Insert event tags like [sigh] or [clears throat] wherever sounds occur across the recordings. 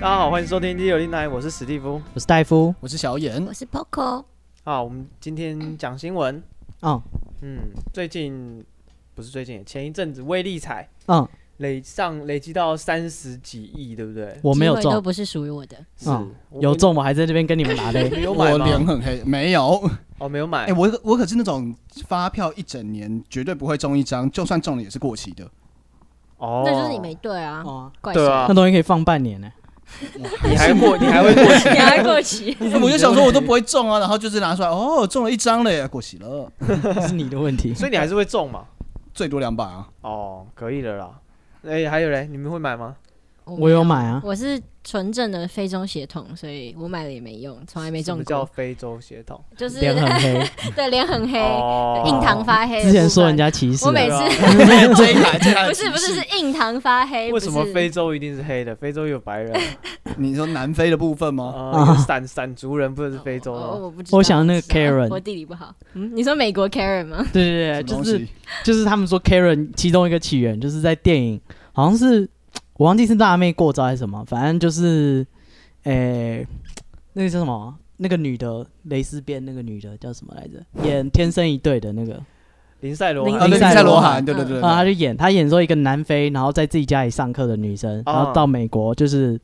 欢迎收听第六零来，我是史蒂夫。我是戴夫。我是小眼我，是 Poco，好，我们今天讲新闻。哦嗯，嗯最近不是最近，前一阵子威力彩哦嗯，累上累积到三十几亿，对不对？我没有机会都中，不是属于我的。是嗯，有中我还在这边跟你们拿我 [laughs] 嘞。没有买我吗脸很黑，没有。哦，没有买哎、。我可我可是那种发票一整年绝对不会中一张，就算中了也是过期的。？哦，那就是你没对啊，哦，怪对谁？啊那，东西可以放半年呢。你还过，你还会过期。 [laughs] 你还过期哎我就想说，我都不会中啊，然后就是拿出来，哦，中了一张嘞，过期了，是你的问题。所以你还是会中嘛？最多两百啊。哦，可以了啦。哎、还有嘞，你们会买吗？ [laughs] 我有买啊，我是纯正的非中血统，所以我买了也没用，从来没什中么叫过。非洲血统？就是脸很黑， [laughs] 对脸很黑，哦印堂发黑的部之分。前说人家歧视哎我啊，每次这一 [laughs] 台，这一台不是不是是印堂发黑，为什么不是非洲一定是黑的？非洲有白人，你说南非的部分吗？呃，有闪闪族人不是非洲哦吗？我不知道。我想那个不知道 Karen 我地理不好。嗯，你说美国 Karen 吗？对对对，什么就东是西就是他们说 Karen 其中一个起源就是在电影，好像是我忘记是辣妹过招还是什么，反正就是，诶、那个叫什么？啊那个女的蕾丝边那个女的叫什么来着？演《天生一对》的那个，林赛罗林啊，汉对，林林赛赛罗罗韩韩，对对对，对啊，她就演，她演说一个南非，然后在自己家里上课的女生，然后啊到美国就是，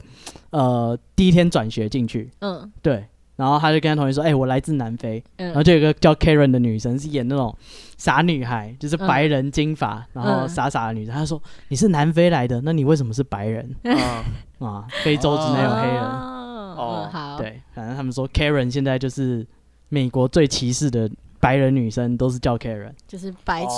呃，第一天转学进去，嗯对，然后她就跟她同学说，哎、我来自南非，然后嗯，就有一个叫 Karen 的女生是演那种傻女孩，就是白人金发，然嗯后傻傻的女生，她说你是南非来的，那你为什么是白人啊，啊？非洲只能有黑人，哦，嗯好，对，反正他们说 Karen 现在就是美国最歧视的白人女生，都是叫 Karen。就是白痴。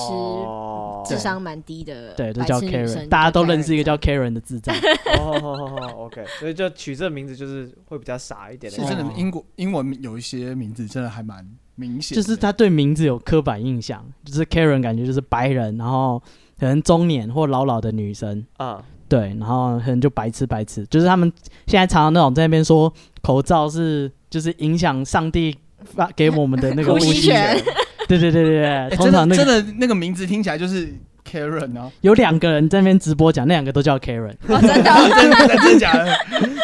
哦智商蛮低的，对，就白叫痴女生 Karen，大家都认识一个叫这 Karen 的智障。哦哦哦哦，OK，所以就取这名字就是会比较傻一点是的。真的哦英国英文有一些名字真的还蛮明显的，就是他对名字有刻板印象，就是 Karen 感觉就是白人，然后可能中年或老老的女生，啊，对，然后可能就白痴白痴，就是他们现在常常那种在那边说口罩是就是影响上帝发给我们的那个呼吸权，权 [laughs] 对对对对哎对，通常那真个的真的那个名字听起来就是 Karen [laughs] 啊，有两个人在那边直播讲，那两个都叫 Karen，样子哦真的哦，真的真的假的？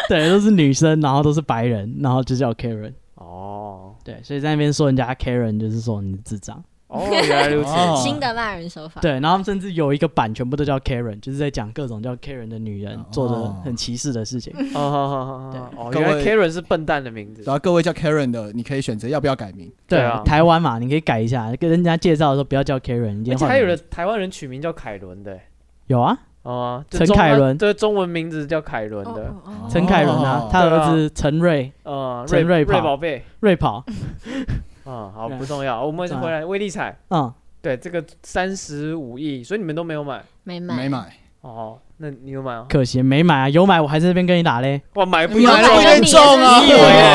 对，都是女生，然后都是白人，然后就叫 Karen，哦对，所以在那边说人家 Karen 就是说你是智障。哦，原来如此。哦新的骂人手法。对，然后他们甚至有一个版全部都叫 Karen，就是在讲各种叫 Karen 的女人哦做的很歧视的事情。哦好好好好好哦，各原来位 Karen 是笨蛋的名字然。后各位叫 Karen 的，你可以选择要不要改名。对啊台湾嘛，你可以改一下，跟人家介绍的时候不要叫 Karen，你今而且天换还有名人字台湾人取名叫凯伦的，欸有啊，哦，就陈中凯文伦对，中文名字叫凯伦哦，的，哦哦陈凯伦啊哦，他儿子陈瑞呃，陈瑞瑞宝宝贝，瑞跑，啊，好，对啊不重要，我们对啊回来威力彩，嗯，对，这个三十五亿，所以你们都没有买没买没，买，哦，那你有买啊？可惜没买啊，有买我还在这边跟你打嘞。哇，买不你要买了买不一定中啊你以为欸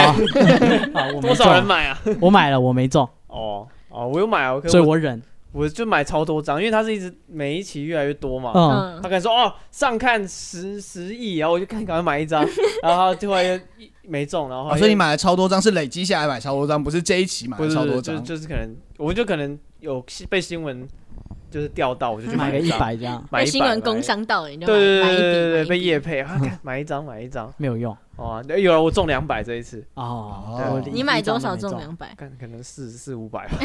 啊我没多少人中，买啊？我买了我没中，哦哦，我有买啊，我可所以我我忍。我就买超多张，因为它是一直每一期越来越多嘛。嗯，他嗯，可能说哦，上看十十亿，然后我就看赶快买一 [laughs] 张，然后就来又一没中，然后后来哦又所以你买了超多张，是累积下来买超多张，不是这一期买不了是超不多是就张。就是可能我们就可能有新被新闻就是调到，我嗯就去买个一张，百这样买被一新闻百买哎工一伤到了，你就对买对对买一对笔对买对，一被笔叶配 [laughs] 啊，看买一张买一张没有用哦，对有了我中两百这一次，哦对。我你买多少一张中都没两百？看可能四四五百吧。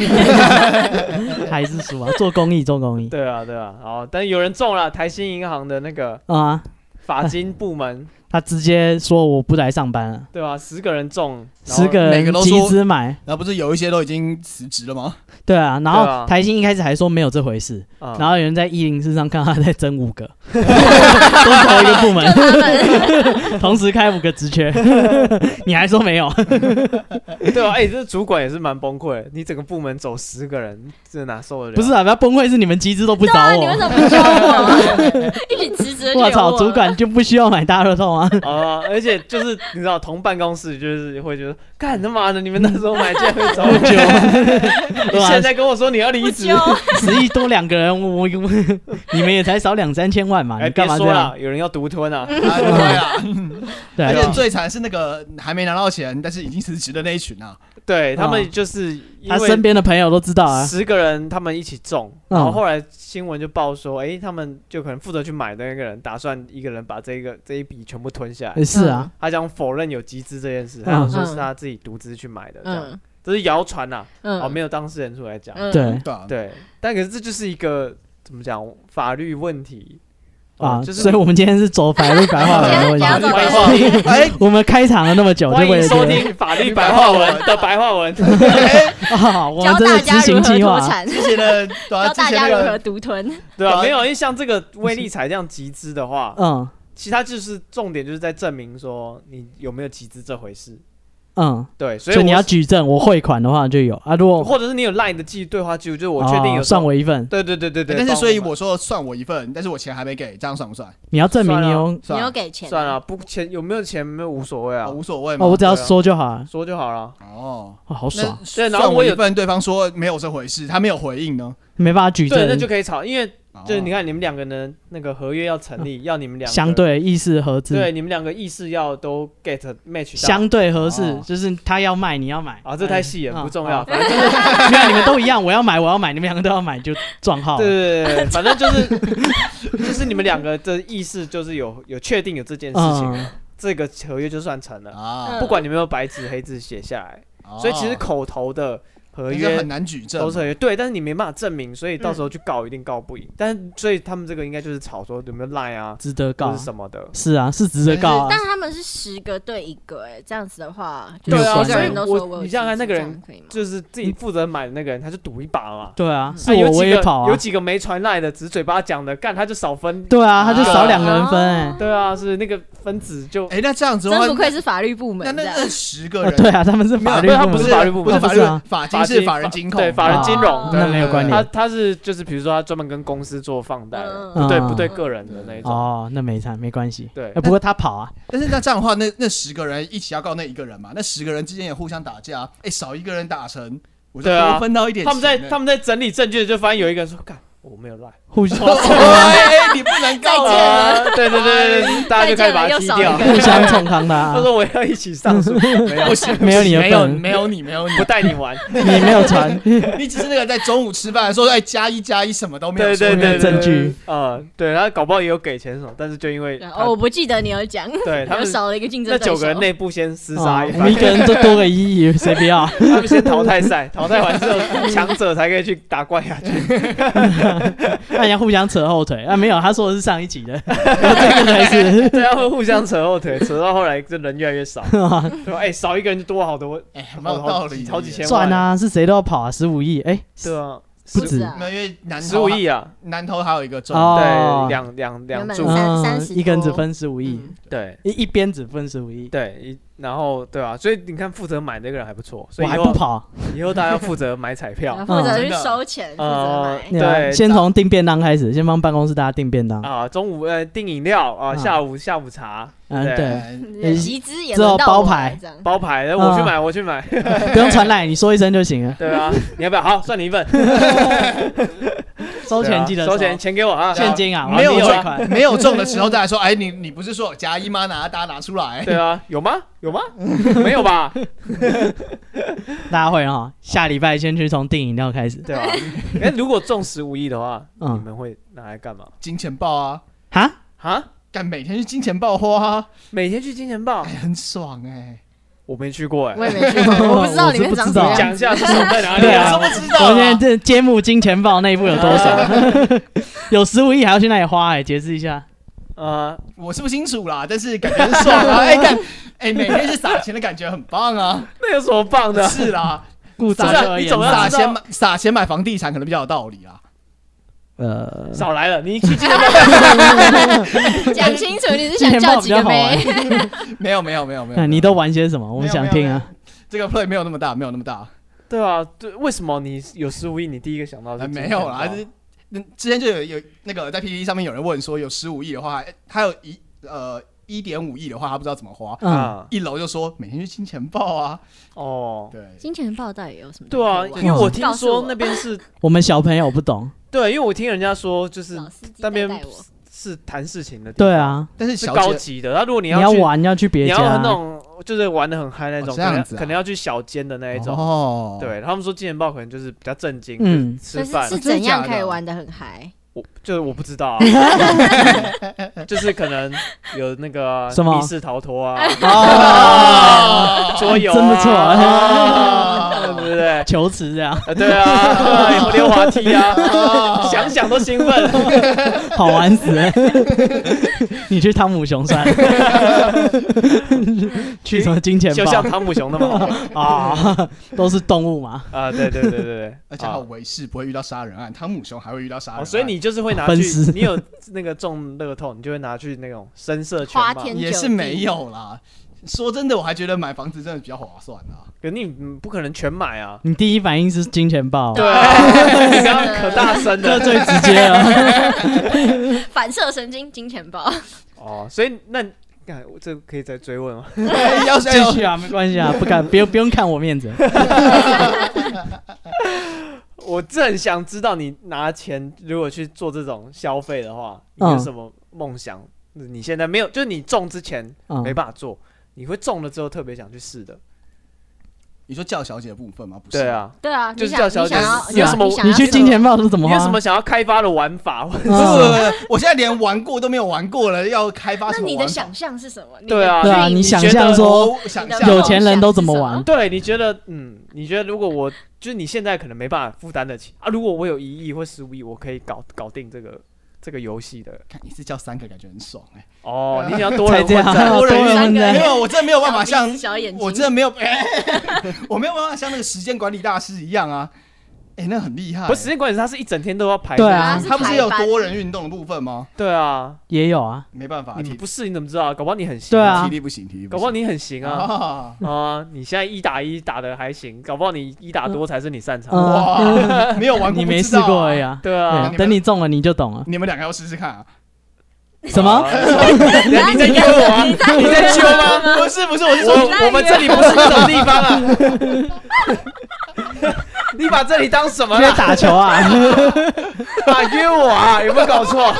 还是输啊？做公益做公益， [laughs] 对啊对啊，好，但有人中了台新银行的那个嗯啊，法金部门， [laughs] 他直接说我不来上班了，对吧、十个人中，然后十个每人个都集说资买，然后不是有一些都已经辞职 [laughs] 了吗？对啊，然对啊后台新一开始还说没有这回事，嗯然后有人在一零四上看到他在争 [laughs] 五个，都是同一个部门，他 [laughs] 们同时开五个职 [laughs] 缺，你还说没有？啊对啊，哎、这主管也是蛮崩溃的，你整个部门走十个人，这哪受得了？不是啊，不要崩溃，是你们集资都不找啊，你为我。什么不教我？ [laughs] 一直指责就有我操，了主管就不需要买大热 [laughs] 痛啊！啊、而且就是你知道，同办公室就是会觉得，干他妈的，你们那时候买这 [laughs] 会走很久，[laughs] 啊你现在跟我说你要不离职教，， [laughs] 十亿多两个人，我我你们也才少两三千万嘛，哎，你别干嘛这说样？了，有人要独吞啊，啊，对啊，对而啊，且最惨是那个还没拿到钱，但是已经辞职的那一群啊，对他啊们就是因他为身边的朋友都知道啊。十个人他们一起中，嗯然后后来新闻就报说，哎，他们就可能负责去买的那个人打算一个人把这个这一笔全部吞下来也。 [laughs] 是啊，他讲否认有集资这件事，嗯他想说是他自己独资去买的，这样嗯这是谣传呐，嗯，哦，没有当事人出来讲。嗯，对，对啊，对，但可是这就是一个怎么讲法律问题啊，哦就是所以我们今天是走法律白话文的问今天不要走白话题。哎 [laughs] 我们开场了那么久，欢就为迎了收这个听法律白话文的白话 [laughs] 文。啊，我教们这大是家执如行何计脱划。产，之前的对啊，教之大前家那如何个独吞。对啊，对没有，因为像这个威力彩这样集资的话，嗯其他就是重点就是在证明说你有没有集资这回事。嗯，对，所以就你我要举证，我汇款的话就有啊。如果或者是你有 LINE 的记录对话记录，就是我确定有哦算我。我一份，对对对对对。但是帮所以买我说算我一份，但是我钱还没给，这样算不算？你要证明算你啊有你算有给钱，算了，不钱有没有钱没有无所谓啊哦，，无所谓嘛。哦，我只要对啊说就好了。说就好了。哦，哦，好爽那，对，然算后我我一有份，对方说没有这回事，他没有回应呢。没办法举对，那证就，可以吵，因为哦就是你看你们两个人那个合约要成 [laughs] 立，要你们两个相对意识合致，啊对你们两个意识要都 get match 到。相对合适哦，就是他要卖，你要买。啊，这太细了，嗯不重要。哦 [laughs] 反正就是没有，你们都一样，我要买，我要买，你们两个都要买，就撞号。对对 [laughs] 对对，反正就是就是 [laughs] 你们两个的意识就是有有确定有这件事情，嗯，这个合约就算成了，啊嗯不管你有没有白纸黑字写下来。哦所以其实口头的合但是约很难举啊证都是合约，对，但是你没办法证明，所以到时候去告一定告不赢。但是所以他们这个应该就是吵说有没有赖啊，值得或告是。什么的。是啊，是值得告啊但。他们是十个对一个，哎，这样子的话，就对是啊十个所以人都说我我有你想想看集那资个人这样可以吗？就是自己负责买的那个人，他就赌一把嘛。对啊，嗯是啊有我几我也个跑有啊。几个没传赖的，只是嘴巴讲的，干他就少分。对啊，他就少两个人分啊哎。对啊，是那个分子就哎，那这样子的话真不，愧是法律那部门啊那这样。那十个哦人，对啊，他们是法律没部有他门，不是法律部不门是哦法不律是啊，法法金是金法人法金控，对法人啊金融，那没有对关他联。他是就是比如说他专门跟公司做放贷的，嗯不对嗯不对个人的那一种。哦，那没差，没关系。对呃，不过他跑啊，但是那这样的话，那那十个人一起要告那一个人嘛，那十个人之间也互相打架，哎、少一个人打成，我就对啊多分到一点他们在他们们在整理证据，就发现有一个人说：“干，我没有 [laughs] 赖。互相 [laughs] [laughs] 哎、你不能告再见我，啊”对对对对对，大家就开始把他踢再见掉哦了又少一。互相冲康他啊他。说：“我要一起上 [laughs] 诉，没有不行，没有你的没有份没有你，没有你，不带你 [laughs] 玩。你没有传，哦你只是那个在中午吃饭的时候，哎、加一加一什么都”没有对说对对对，证据啊，对，他搞不好也有给钱什么，但是就因为对他哦，我不记得你有讲，对他又们少了一个竞那争对手。九个人内部先厮啊杀一我番们一，个人都多个一亿，谁不要？ [laughs] [laughs] 他们先淘汰赛， [laughs] 淘汰完之后强者才可以去打冠亚军。那人家互相扯后腿啊？没有，他说的是上一集的， [laughs] 这个才是。 [laughs] 对，他们互相扯后腿，扯到后来就人越来越 [laughs] 少，对吧？哎，少一个人就多好多，哎、蛮有道理的，好几千赚啊，是谁都要跑啊，十五亿，哎，对啊，不是止啊没有，因为南投十五亿啊，南投还有一个中，哦对，两两两注原，本三嗯三十，一个人只分十五亿，嗯对一一边只分十五亿，对，一然后对啊，所以你看负责买那个人还不错，所我以以还不后跑， [laughs] 以后大家要负责买彩然票后 [laughs] 负责去嗯收钱，负责呃买。对啊对先从订便当开始，先帮办公室大家订便当，啊，中午呃订饮料啊，嗯下午下午茶嗯，[laughs] 对，哎对集资也之后轮到包我牌这样。包牌，呃啊我去买我去买， [laughs] 不用传来，你说一声就行了，对啊，你要不要？好，算你一份， [laughs] 收对钱啊记得收钱，钱给我啊，现金啊，没有我中汇款，没有中的时候，大家说，哎、你你不是说有加一吗？拿大家拿出来，对啊，有吗？有 [laughs] 吗？没有吧？大家会哈，下礼拜先去从订饮料开始，对 [laughs] 吧？哎，如果中十五亿的话，嗯你们会拿来干嘛？金钱豹啊，哈，啊？干每天去金钱豹花、啊。每天去金钱豹哎，，很爽哎、我没去过哎我，也没去过，我不知道里面长什么我是不知道讲样一子。下是手在哪里对啊啊？我都不知道啊我现在这揭幕金钱豹内部有多少？ [laughs] 有十五亿还要去那里花哎、解释一下。呃，我是不清楚啦，但是感觉很爽啊！哎、干，哎、每天去撒钱的感觉很棒啊！那有什么棒 [laughs] 的？是啦，顾总总而啊言之你总要撒知道钱买撒钱买房地产可能比较有道理啦。呃，少来了，你一去金钱讲清楚，你是金钱想叫豹比几个较好玩妹？。没有没有没有 [laughs] 没有，那你都玩些什么？我们想听啊。这个 play 没有那么大，没有那么大，对啊，对，为什么你有十五亿，你第一个想到哦哎是没有啦。金钱就是那之前就有有那个在 PPT 上面有人问说，有十五亿的话，哎他有一呃一点五亿的话，他不知道怎么花。豹嗯，啊？一楼就说每天去金钱豹啊，哦，对，金钱豹到底有什么可以对啊，玩？嗯因为我听告诉说我那边是，我们小朋友不懂。对，因为我听人家说就是老司机那带边带我，是谈事情的，对，啊，但是是小高姐级的。那如果你你要要去，玩要去别你家要那啊。种就是玩的很嗨那种，可哦这能样子啊可能要去小间的那一种。哦， [laughs] 对，他们说金钱豹可能就是比较震惊，嗯就是所以吃是饭是真的怎样假的可以玩的很嗨？我就是我不知 [laughs] 道啊， [laughs] 就是可能有那个啊什么密室逃脱 [laughs] 啊，哦，桌游啊真不错啊对不对？求职这样啊对啊， [laughs] 有溜滑梯啊， [laughs] 想想都兴奋。好玩死了。 [laughs] 你去汤姆熊山， [laughs] 去什么金钱就像汤姆熊那么好豹 [laughs] 啊，都是动物嘛，啊，对对对对对， [laughs] 啊而且还有维氏不会遇到杀人案，汤姆熊还会遇到杀人哦，案，所以你就是会拿分去，尸你有那个中乐透，你就会拿去那种深色圈花嘛。天也酒是地没有啦。说真的，我还觉得买房子真的比较划算 [laughs] 啊。可你嗯不可能全买啊。你第一反应是金钱豹，对啊，你刚刚可大声这了。最直 [laughs] 接了。反射神经金钱豹，哦，所以那看我这可以再追问吗？ [laughs] 要是继续啊，没关系啊，不敢，不用不用看我面子。我正想知道你拿钱如果去做这种消费的话，你有嗯什么梦想？你现在没有，就是你中之前嗯没，办法做，你会中了之后特别想去试的。你说叫小姐的部分吗？不是，对，啊，对啊，就是你叫想小你姐想有要什么想你要去什金么钱豹是怎么啊你花？有什么想要开发的玩 [laughs] 法？不嗯？ [laughs] 是，我现在连玩过都没有玩过了，要开发那什么玩法？你的想象是什么？你对啊的对啊， dream 你想觉象得说我想你象的有梦钱人都怎么想是玩什对，你觉得，嗯，你觉得如果我就是你现在可能没办法负担得起啊，如果我有一亿或十五亿，我可以搞搞定这个这个游戏的。看你是叫三个，感觉很爽哎、哦，你想要多才人这混 [laughs] 样，战，多人混对没战。有，我真的没有办法小鼻像子，小眼睛，我真的没有， [laughs] 我没有办法像那个时间管理大师一样啊。哎、那很厉害、不是时间管理，他是一整天都要排。对啊他不是有多人运动的部分吗？对啊，也有啊，没办法，你体不是你怎么知道？搞不好你很行。对啊体力不行，体力不搞行。不好你很行啊 [laughs] 啊，啊！你现在一打一打的还行，搞不好你一打多才是你擅长嗯的。哇，没有玩过，你不没知试道啊过而已。啊。对啊对，等你中了你就懂了。你们两个要试试看啊！哦什么？啊等下你在揪我啊？你在揪吗？啊不是不是，我是说，我我们这里不是这种地方啊！ [laughs] 你把这里当什么因为了？打球啊， [laughs] 打晕我啊！有没有搞错？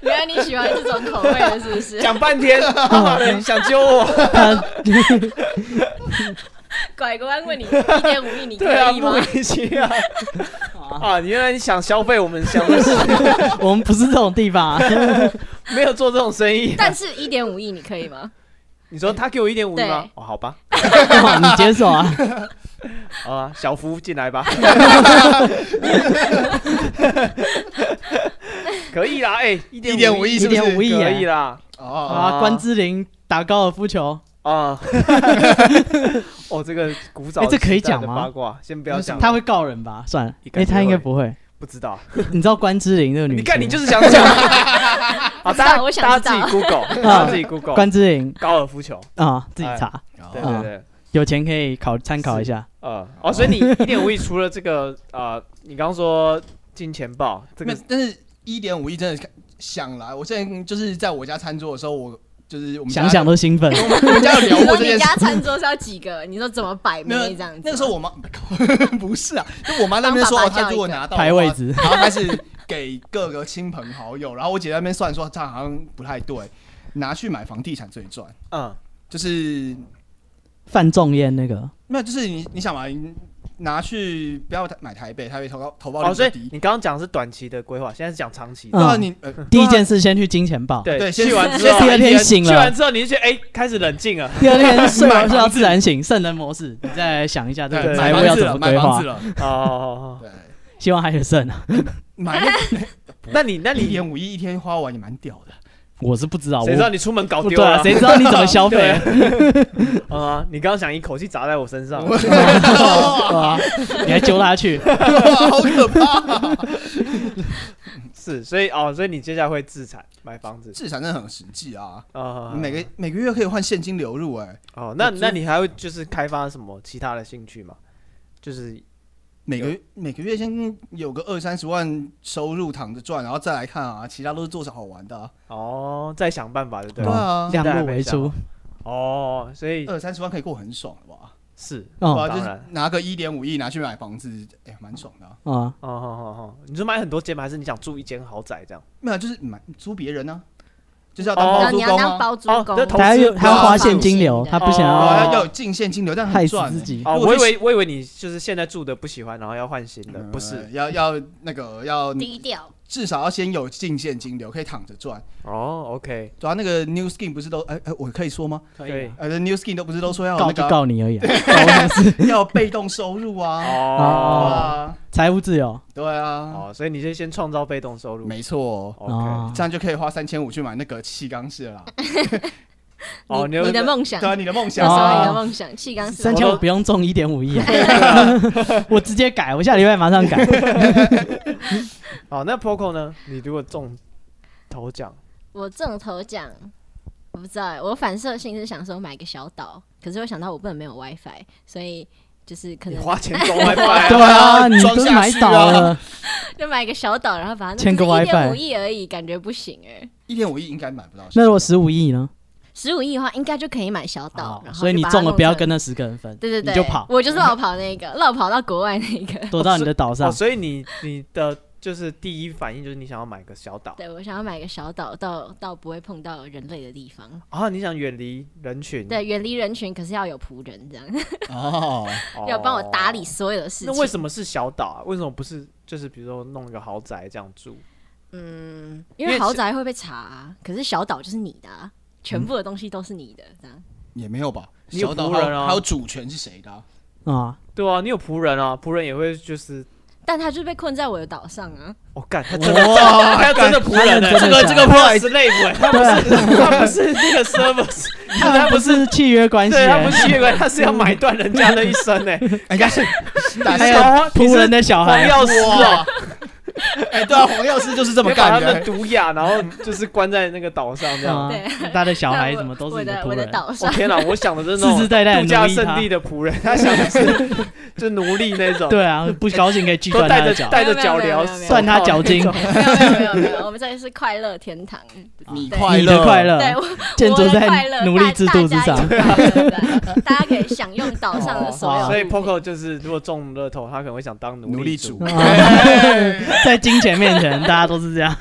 原来你喜欢这种口味的，是不是？讲半天，他妈的想揪我？他拐个弯问你一点五亿，你可对啊，以莫吗？ [laughs] 名其妙啊！你原来你想消费我们，想的 [laughs] 是我们不是这种地方啊。没有做这种生意。但是一点五亿你可以吗？你说他给我一点五亿吗对？哦，好吧，哇你接受啊？好啊，小夫进来 [laughs] 吧。可以啦，哎，一点啊1.5亿是不是1.5亿可耶以啦哦，啊，关之琳打高尔夫球，啊！ [laughs] 哦，这个古早哎这可以时代的讲吗八卦先不要讲，他会告人吧？算了，应该哎，他应该不不会。不知道。你知道关之琳这个女生你吗？啊看，你就是想讲。好，知道大家我想大知道家自己 Google，大家自己 Google。关之琳高尔夫球，啊，自己哎查，对啊哦对对。有钱可以考参考一下。呃，哦，所以你一点五亿除了这个啊，呃你刚刚说金钱豹这没个有，但是一点五亿真的是想来，我现在就是在我家餐桌的时候，我就是我们家想想都兴奋。我们家有聊你过说这 [laughs] 件事。你家餐啊桌是要几个？你说怎么摆没有妹这样子？啊那个时候我妈 [laughs] 不是啊，就我妈那边说，帮哦，爸她爸叫一如果个拿到的排话位置然后开始给各个亲朋好友，然后我姐在那边算说，这样好像不太对，拿去买房地产最赚，嗯，就是范仲淹那个，没有，就是你你想嘛，你拿去不要买台北，台北投报投报哦，率所最以低，你刚刚讲的是短期的规划，现在是讲长期的。对啊，嗯你呃第一件事先去金钱豹，对，对去先完之后，第二天你醒了去完之后你就觉得哎，开始冷静了。第二天睡买完睡到房自然醒，圣人模式，你再想一下这对个对财买务要房子怎了，么买规房划子。了，哦哦，哦对，希望还有剩啊，买那那你那一 [laughs] 你点五亿一天花完也蛮屌的，我是不知道，啊我谁知道你出门搞不丢对了啊，？谁知道你怎 [laughs] 么消对费啊？ [laughs] 啊，你刚刚想一口气砸在我身上， [laughs] 哇你还揪他去？哇好可怕！是，所以哦，所以你接下来会自产买房子自产真的很实际啊，啊？每个每个月可以换现金流入，哎，哦，那那你还会就是开发什么其他的兴趣吗？就是每个每个月先有个二三十万收入躺着赚，然后再来看啊，其他都是做着好玩的啊、哦，再想办法，对不对对？啊，呃量入为出，哦，所以二三十万可以过很爽了吧？是对哦啊，就当然是拿个一点五亿拿去买房子，哎、蛮爽的、啊。啊，哦，好好好，你是买很多间吗？还是你想住一间豪宅这样？没有，就是买租别人啊，就是要当哦包然后租你要公当啊，包租哦公这，投资他要他要对啊花现金流，他不想哦哦要要要有进现金流，但很害死赚自欸。己。哦，如果我以去为我以为你就是现在住的不喜欢，然后要换新的，嗯哦不是要要那个要低调，至少要先有进现金流，可以躺着赚。哦，OK，主要那个 New Skin 不是都哎哎，我可以说吗？可以呃，New Skin 都不是都说要有告那就个告你而已、啊，搞什么 [laughs] 事？要有被动收入啊？对哦啊，财务自由对啊，哦，所以你是先创造被动收入没错，哦，OK，啊这样就可以花三千五去买那个气缸式了啦。哦，你你的梦想对，啊，你的梦小想时啊候啊你的梦想，气缸是三我千都五不用中一点五 [laughs] 亿啊！ [laughs] 我直接改，我下礼拜马上改。哦，那 Poco 呢？你如果中头 [laughs] 奖，我中头奖，我不知道欸，我反射性是想说买个小岛，可是我想到我不能没有 WiFi，所以就是可你能花钱 [laughs] 装 WiFi，对啊，你装都是下买去倒啊了，就买个小岛，然后把它签个一点 WiFi 五亿而已，感觉不行哎、一点五亿应该买不到。那如果十五亿呢？十五亿的话，应该就可以买小岛好，然后所以就你把它中了弄不要成跟那十个人分，对对对，你就跑，我就是老跑那个， [laughs] 老跑到国外那个。 [laughs] 躲到你的岛哦，上。所以你你的就是第一反应就是你想要买个小岛对，我想要买个小岛，到到不会碰到人类的地嗯方。啊，你想远离人群，对，远离人群，可是要有仆人这样，哦，哦 [laughs] 要帮我打理。所有的事情。那为什么是小岛啊？为什么不是就是比如说弄一个豪宅这样住？嗯，因因为为是豪宅会被查、啊，可是小岛就是你的、啊，全部的东西都是你的，这样。也没有吧？你有小岛仆人还有啊还有主权是谁的啊？ [laughs] 啊，对啊，你有仆人啊，仆人也会就是，但他就是被困在我的岛上啊，我、哦、干他真的哇他真的仆人呢、这真的真个的这个 pro slave，、欸、他不是他不是那个 service，他他不不是是契约关系对他不欸，是越轨，他是要买断人家的一生呢、欸。人家是打还有消仆人的小黄孩，药师哦，哇！哎，对啊，黄药师就是这怎么把他干们的。毒哑，然后就是关在那个岛上 [laughs] 这样。啊对，他的小那孩我什么都是我你的仆我的人。岛我、上。 [laughs] 天哪，我想的是那世种世代代的度假奴役胜他地的仆人，他想的是 [laughs] 就奴隶那种，对啊，不高兴可以锯都断带他的脚着，带着没有没有脚没镣有没有没有断他脚筋，没有没有没有没有，我们这里是快乐天堂。你对快你的乐，快乐对，我嗯建我筑的快在乐奴大隶制度之上。哦大家一起快乐对大家可以享用岛上的所有。哦所以 Poco 就是如果中乐透，他可能会想当奴奴隶隶主主。 [laughs] 哎在金钱面前，大家都是这 [laughs] 样。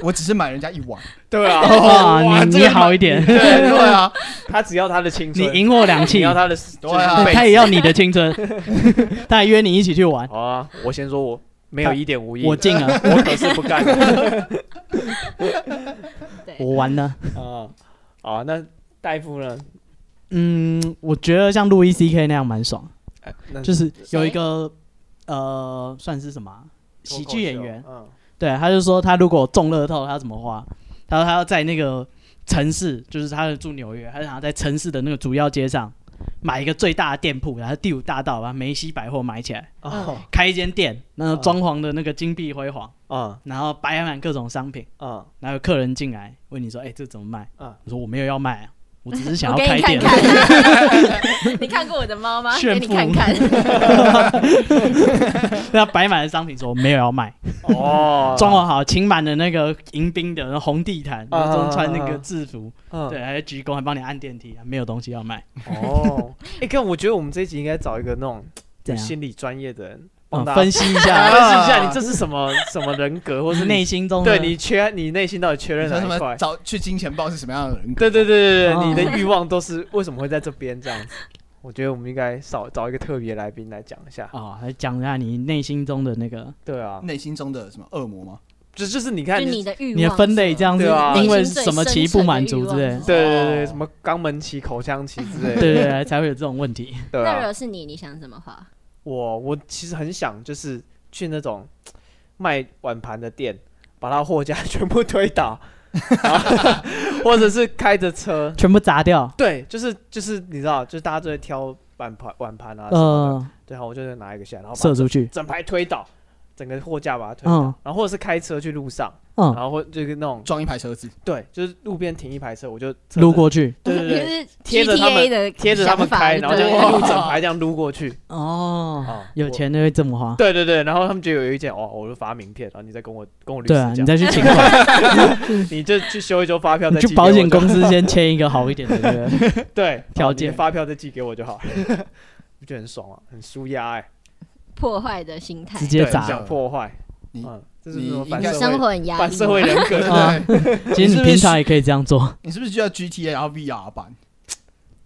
我只是买人家一 [laughs] 碗。对啊，哦哇，你哦这你个好一点，对对啊， [laughs] 他只要他的青你春，赢我两你气，要他的对啊就是他被也要你的青 [laughs] 春，他还约你一起去玩，好啊，我先说我没有一点五亿，我进了，我可是不干的。 [laughs] 我玩了。啊，啊，那大夫呢？嗯，我觉得像路易 C K 那样蛮爽，哎那就是有谁一个呃，算是什么啊喜剧演员，脱口秀，嗯，对，他就说他如果中乐透，他要怎么花？他说他要在那个城市，就是他住纽约，他想要在城市的那个主要街上买一个最大的店铺，然后第五大道把梅西百货买起来，哦，开一间店，然后嗯装潢的那个金碧辉煌，嗯然后摆满各种商品，嗯，然后有客人进来问你说：“哎、这怎么卖？”嗯我说：“我没有要卖、啊，我只是想我要给开你看店。 [laughs] 看， [laughs] 你看过我的猫吗？给炫你富 [laughs] 看看，那摆满的商品说没有要卖，哦装潢好，请满了那个迎宾的那红地毯，然后中穿那啊啊啊个啊制服，嗯对，还有鞠躬，还帮你按电梯，没有东西要卖。哦，哎，看，我觉得我们这一集应该找一个那种这样心理专业的人帮嗯大家分析一 [laughs] 下，分析一下，你这是什么 [laughs] 什么人格，或或是是你内心中的对你缺你内心到底缺啊你了哪说什一么块？找去金钱豹是什么样的人？对对对对哦对，你的欲望都是为什么会在这边这样子？我觉得我们应该少找一个特别来宾来讲一下。哦，还讲一下你内心中的那个对啊，内心中的什么恶魔吗？就就是你就看你的欲望，你的分类，这样子对啊，因为什么其不满足之啊类，对对对，哦什么肛门期、口腔期之类对的，对对，才会有这种问题。对那如啊。果是你，你想怎么花？我我其实很想就是去那种卖碗盘的店，把它货架 [laughs] 全部推倒，然后或者是开着车，全部砸掉，对，就是就是你知道，就是大家都会挑碗盘碗盘啊什么的，呃，对啊，我就是拿一个下来，然后把射出去，整排推倒，整个货架把它推倒，嗯然后或者是开车去路上，嗯，然后或就是那种装一排车 [laughs] 子，对，就是路边停一排车，我就车撸子过去，对 [laughs] 对对就是贴着他们 GTA 的贴着他们想法开，然后就对一路整排这样撸过去。哦，啊，有我。钱就会这 [laughs] 么花。对对对，然后他们就有一件哦，我就发名片，然后你再跟我跟我律师对啊，讲，你再去请款，你就去修一修发票，[laughs] 你再寄去给我保就险公司先签一个好一点的，对 [laughs] 不对？ [laughs] 对条哦你件发票再寄给我就好了， [laughs] 不就很爽啊，很舒压哎，破坏的心态直。接对砸想破坏，你你嗯，这是你什么应反该社生会活很压反力，社会人格？啊其实你平常也可以这样做。你是不是就要 GTA 然后 VR 版？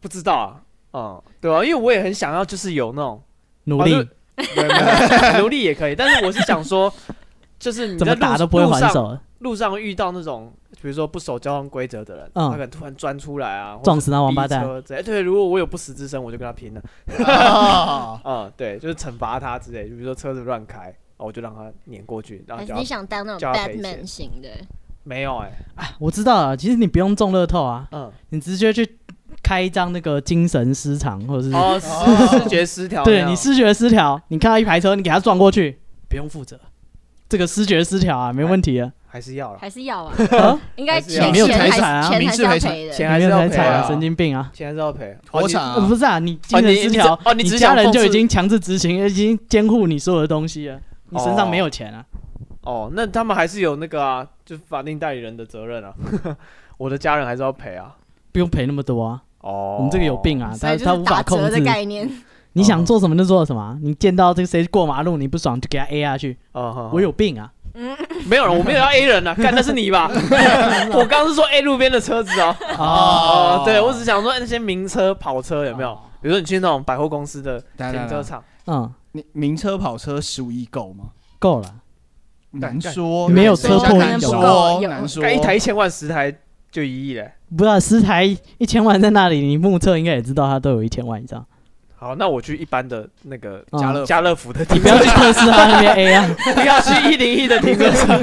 不知道啊，嗯，对啊，因为我也很想要，就是有那种 [laughs] 努力啊嗯没有没有努力也可以，但是我是想说，就是你怎在么路打都不会路还上手了，路上遇到那种，比如说不守交通规则的人，嗯他可能突然钻出来啊，或者撞死那哦王八蛋逼车之类。对，如果我有不死之身，我就跟他拼了。 [laughs] 啊嗯，对，就是惩罚他之类，就比如说车子乱开，哦，我就让他碾过去，然后还是就你要想当那就种要赔钱 Batman 型的？没有哎、哎我知道了，其实你不用中乐透啊，嗯，你直接去开一张那个精神失常，或者是、哦， [laughs] 视视觉失调那嗯对样，你视觉失调，你看到一排车，你给他撞过去，不用负责。这个视觉失调啊，没问题啊。还是要了，还是要啊？啊应该还是要钱没有钱还财产啊是钱民还事是要赔偿赔的。钱还是要才赔惨啊，神经病啊！钱还是要赔。国产呃啊不，是啊，你精神失调哦你，哦你只家人想讽刺就已经强制执行，已经监护你所有的东西了，你身上没有钱啊。哦，那他们还是有那个啊，就是法定代理人的责任啊， [laughs] 我的家人还是要赔啊。不用赔那么多啊！哦，我们这个有病啊，所他以就他是无法打控折的制。概念，你哦想做什么就做什么啊，你见到这个谁过马路你不爽就给他 A 下去，嗯哼哦我有病啊！没有了，我没有要 A 人啊，干那是你 [laughs] 吧？我刚刚是说 A 路边的车子哦。啊，哦，对，我只想说那些名车、跑车有没有？比如说你去那种百货公司的来停车，场，嗯，你名车跑车十五亿够吗？够了，难说，没有难说车祸难有说，有啊难说。干一台一千万、十台就一亿嘞。不知道十台一千万在那里，你目测应该也知道它都有一千万以上。好，那我去一般的那个嗯家乐家乐福的你停不车要去场，特斯拉那边 A [laughs] 啊，不要去一零一的停车场。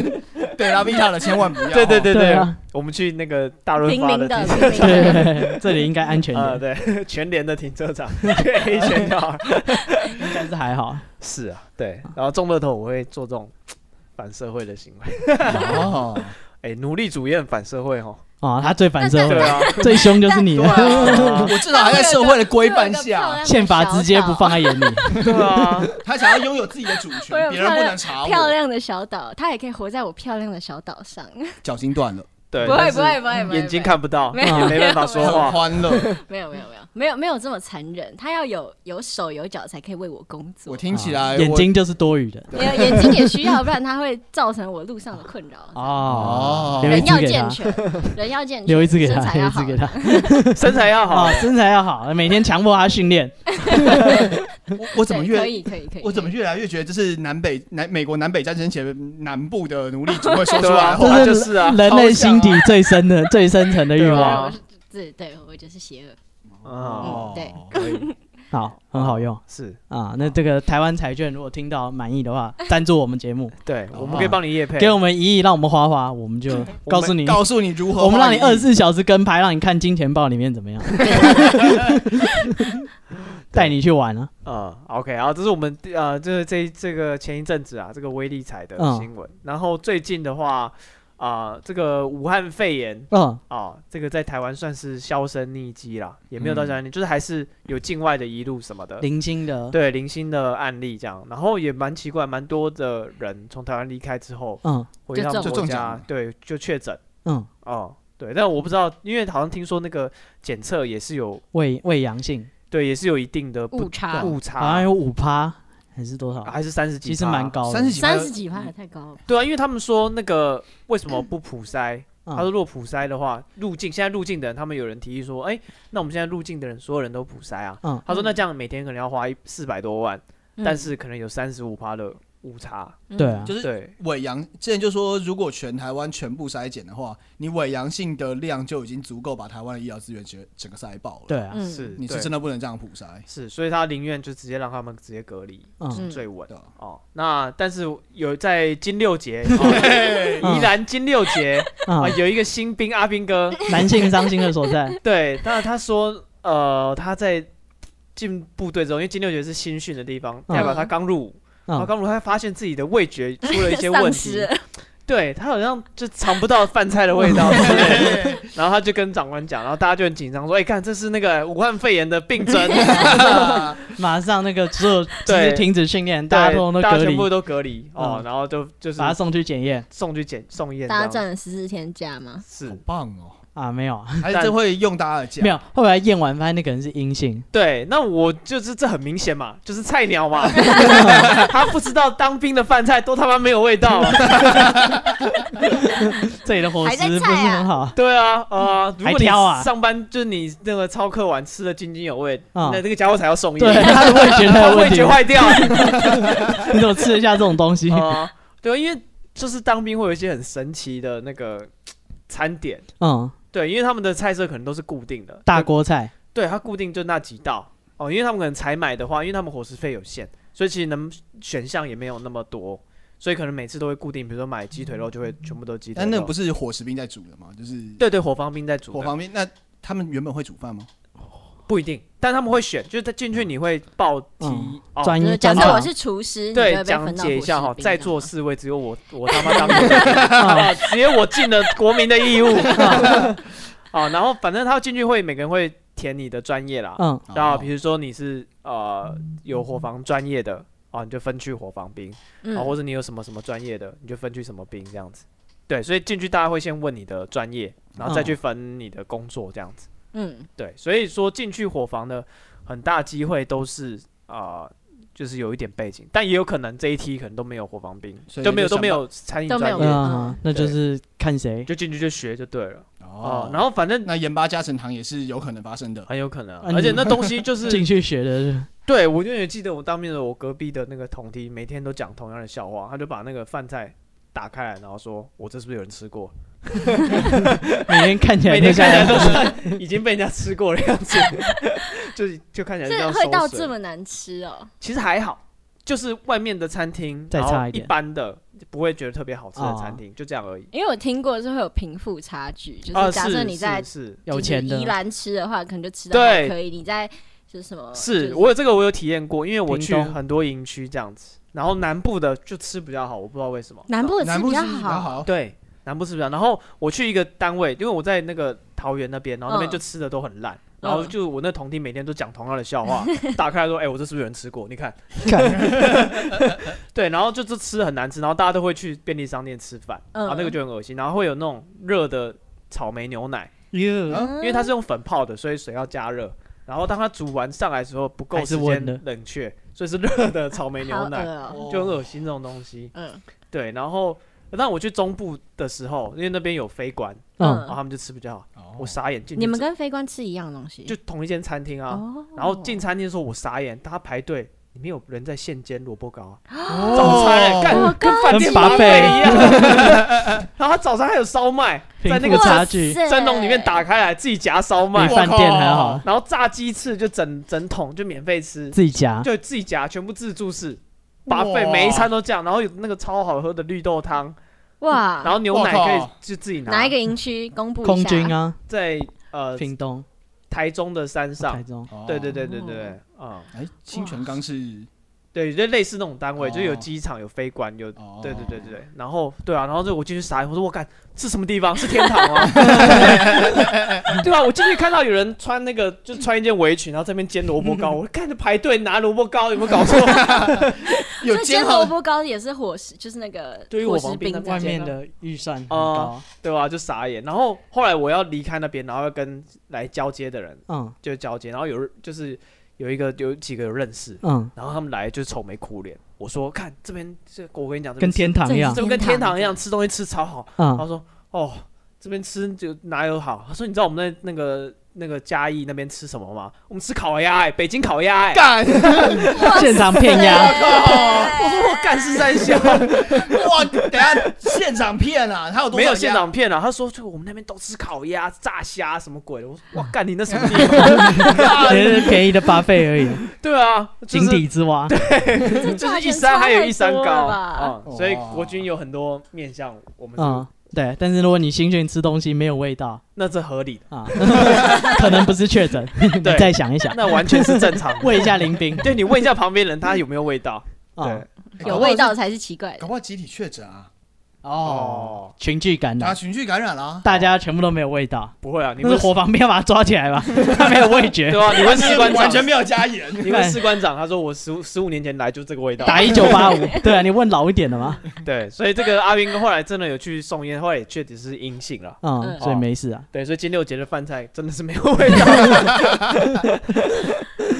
对拉比塔的千万不 [laughs] 要。对对对对对啊，我们去那个大润平发民的的停车平民的，对，这里应该安全一啊，点，对， [laughs] 全联的停车场， [laughs] 去 A 全就好了。应该是还好。 [laughs] 是啊，对，然后中乐透我会做这种反社会的行为。哦，哎，奴隶主也很反社会哦。哦，他最反社对会，啊，最凶就是你对了，啊， [laughs] 我至少还在社会的规范会有一个 [laughs] 漂下，亮的宪法直接小岛不放在 [laughs] 眼里。对啊，他想要拥有自己的主我权，有别人不能查漂我。亮的小岛，它也可以活在我漂亮的小岛上。脚筋断了，对，不会但是不会不会，不会眼睛，看不到，没有也没办法说很话。欢 [laughs] 乐。不会没有没有没有没有没有这么残忍，它要有有手有脚才可以为我工作我。听起来啊我眼睛就是多余的没有眼睛也需要，不然它会造成我路上的困扰。哦哦，留一人只要给健他，全，人要健全，留一只给身他，材留要一好只。给他。身材要好哦，，身材要好，每天强迫他训练。我我怎么对可越以可以可以？我怎么可以越来越觉得这是南北南美国南北战争前南部的奴隶主会说出对来啊，的话。这这就是啊，人类心底最 [laughs] 深的、最深层的欲对望啊。我是对对，我就是邪恶。嗯，哦对可以好，很好用是啊。那这个台湾财券如果听到满意的 [laughs] 话，赞助我们节目，对，我们哦可以帮你夜配，给我们一亿，让我们花花，我们就告诉你。 [laughs] 告诉你如何，我们让你二十四小时跟拍，让你看《金钱豹》里面 [laughs] 怎么样，带你去玩啊！嗯，OK，然后这是我们呃，就是这这个前一阵子啊，这个微利彩的嗯新闻，然后最近的话啊、这个武汉肺炎嗯，啊、这个在台湾算是销声匿迹啦，也没有到嗯销声匿，就是还是有境外的移入什么的，零星的，呃对零星的案例这样，然后也蛮奇怪，蛮多的人从台湾离开之后嗯回到就中国就中奖家了，对，就确诊。嗯，哦，对，但我不知道，因为好像听说那个检测也是有，未未阳性，对，也是有一定的不误差误好像差，有五趴还是多少啊？还是三十几，哎其实蛮。高的，三十几，三十几趴太高了，对啊，因为他们说那个为什 [clears throat] 么不普筛？嗯他说如果普筛的话，入境现在入境的人，他们有人提议说，哎、那我们现在入境的人所有人都普筛啊。嗯他说那嗯这样每天可能要花一四百多万，嗯但是可能有三十五趴的误差。对啊，就是对，伪阳。之前就说，如果全台湾全部筛检的话，你伪阳性的量就已经足够把台湾的医疗资源整整个塞爆了。，对啊，嗯是，你是对真的不能这样普筛，是，所以他宁愿就直接让他们直接隔离，嗯，嗯最稳。对啊吧？哦，那但是有在金六 [laughs] 节，嗯哦宜兰金六节啊啊，，有一个新兵阿兵 [laughs] 哥，男性伤心的所在，对，但是他说，呃，他在进部队之后，因为金六节是新训的地方，嗯代表他刚入伍，然后嗯，刚入伍，他发现自己的味 [laughs] 觉出了一些问丧失题了， [laughs] 对他好像就尝不到饭菜的味道，对 [laughs] 然后他就跟长官讲，然后大家就很紧张说，哎，看这是那个武汉肺炎的病症， [laughs] [laughs] 马上那个 [laughs] 所有就是停止训练，大家通对，通都大家隔全离，部都隔离哦嗯，然后就就是把他送去检验送去检送验这大家样，赚了十四天假吗？是 [laughs] 好棒哦！啊，没有啊，还是真会用大家的啊假？ [laughs] 没有。后来验完发现那个人是阴性，对，那我就是这很明显嘛，就是菜鸟 [laughs] 嘛，他不知道当兵的饭菜都他妈没有味道。这里的伙还在食不是菜啊很好。对啊，呃，如还果你挑啊上班就是你那个操课完吃的津津有味，啊那这个家伙才要送医， [laughs] 对，他的味觉太 [laughs] 他有问味题 [laughs] 觉，坏 [laughs] 掉。你怎么吃得下这种东西？啊，对，因为就是当兵会有一些很神奇的那个餐点，嗯，对，因为他们的菜色可能都是固定的，大就锅菜，对它固定就那几道哦，因为他们可能采买的话，因为他们伙食费有限，所以其实能选项也没有那么多，所以可能每次都会固定，比如说买鸡腿嗯肉就会全部都鸡腿但肉。那个不是伙食兵在煮的吗？就是对对，火防兵在煮伙的，房兵，那他们原本会煮饭吗？不一定，但他们会选，就是他进去你会报题、嗯哦。啊专就是一假专设长我是厨师，你就对，会被讲分到解一下伙哈，食兵在这样座四位只有我，我他妈当兵 [laughs] [laughs] 哦的，只有我尽了国民的义务。 [laughs] 哦，然后反正他进去会每个人会填你的专业啦，嗯然后哦啊比如说你是呃有火防专业的啊，你就分去火防兵嗯啊，或者你有什么什么专业的，你就分去什么兵这样子。对，所以进去大家会先问你的专业，然后再去分你的工作这样子。嗯，对，所以说进去火房的很大机会都是啊、呃就是有一点背景，但也有可能这一梯可能都没有火房兵，所以就没有就都想没有餐饮都没有专嗯业，嗯，那就是看谁就进去就学就对了哦、然后反正那盐巴加成糖也是有可能发生的。很有可能啊、啊而且你那东西 [laughs] 就进是去学的是。对我永远记得我当面的我隔壁的那个同梯，每天都讲同样的笑话，他就把那个饭菜。打开来，然后说：“我这是不是有人吃 [laughs] 过？每天看起来每天看就起来像都是已经被人家吃过的样子， [laughs] 就就看起来就这像会到馊水这么难吃哦？其实还好，就是外面的餐厅，再然后差一一点哦般的不会觉得特别好吃的餐厅，就这样而已。因为我听过是会有贫富差距，就啊，假设是你在是有钱的宜，兰吃的话，可能就吃到对还可以；你在就是什么，是，呃就我有这个我有体验过，因为我屏去东很多营区这样子，然后南部的就吃比较好，我不知道为什么。哦南部的吃南部较是比较，好，对，南部吃比较。然后我去一个单位，因为我在那个桃园那边，然后嗯那边就吃的都很烂。然后就我那同弟每天都讲同样的笑 [laughs] 话，打开来说：“哎、我这是不是有人吃过？你看， [laughs] 对，然后就这吃很难吃，然后大家都会去便利商店吃饭，嗯然后那个就很恶心，然后会有那种热的草莓牛奶，啊哟嗯因为它是用粉泡的，所以水要加热，然后当它煮完上来的时候不够还时是温的间冷却，所以是热 [laughs] 的草莓好牛饿奶，哦，就很恶心这种东西。嗯对，然后但我去中部的时候，因为那边有飞官，嗯然后他们就吃比较好，哦我傻眼进去，你们跟飞官吃一样的东西，就同一间餐厅啊，哦，然后进餐厅的时候我傻眼，大家排队。里面有人在现煎萝卜糕啊，哦早餐欸干好跟高饭跟店级拔拔贝贝一样。 [laughs] 然后他早餐还有烧麦，在那这个个哇蒸差距塞蒸笼里面打开来自己夹烧麦比，饭店还好，然后炸鸡翅就整整桶就免费吃，自己夹。就自己夹，全部自助式。哇拔费每一餐都这样，然后有那个超好喝的绿豆汤，哇，然后牛奶我靠可以就自己拿。啊哪一个营区公布一下？空军啊，在呃屏东、台中的山上台，中，哦对对对对对对，啊，哎，清泉岗是对，就类似那种单位，哦就有机场、有飞官、有哦，对对对对，对，然后对啊，然后就我进去傻眼，我说我干，是什么地方？是天堂吗？对啊吧？我进去看到有人穿那个，就穿一件围裙，然后这边煎萝卜糕，我看着排队拿萝卜糕，有没有搞错？ [laughs] 有所以煎煎萝好卜糕也是伙食，就是那个对于伙我食方兵便这外样面 [laughs] 的预算很高哦。对吧、就傻眼。然后后来我要离开那边，然后要跟来交接的人嗯就交接，然后有就是有一个有几个有认识，嗯，然后他们来就愁眉苦脸。我说看这边，这我跟你讲，这边跟天堂一样这。边跟天堂一样，天堂吃东西吃超好。他嗯说：“哦，这边吃就哪有好？”他说：“你知道我们在那个那个嘉义那边吃什么吗？我们吃烤鸭、欸，北京烤鸭、欸。干，现场骗鸭，我 [laughs] 说：“我干是三小， [laughs] 哇，等一下现场骗啊，他有多没少有家现？场骗了。”他说：“就我们那边都吃烤鸭、炸虾什么鬼的。”我说：“ [laughs] 哇，干你那什么地方？也是便宜的巴费而已， [laughs] 对啊， [laughs] 就井是底之蛙。 [laughs] 这就是一价钱山差还有太一山多了高吧啊、嗯所以哇国军有很多面向我们是，嗯，对。但是如果你新训吃东西没有味道那这合理的，啊， [laughs] 可能不是确 [laughs] 诊。你对再想一想，那完全是正常的。 [laughs] 问一下林 [laughs] 斌。对你问一下旁边人，他有没有味道？啊对，哎有味，道才是奇怪搞 [laughs] 不好是搞的。不好集体确诊啊，哦，，群聚嗯感他染，群聚感染了，啊大家全部都没有味道。不会啊，你那是们火防兵要把他抓起来 [laughs] 吧，他没有味觉对。啊，你问士官完全长，没有加 [laughs] 盐，你问士官长，他说我十五十五年前来就这个味道。打一九八五，对啊，你问老一点的嘛，对，所以这个阿兵哥后来真的有去送烟，后来也确实是阴性了。嗯，嗯所以没事啊。对，所以金六节的饭菜真的是没有味道，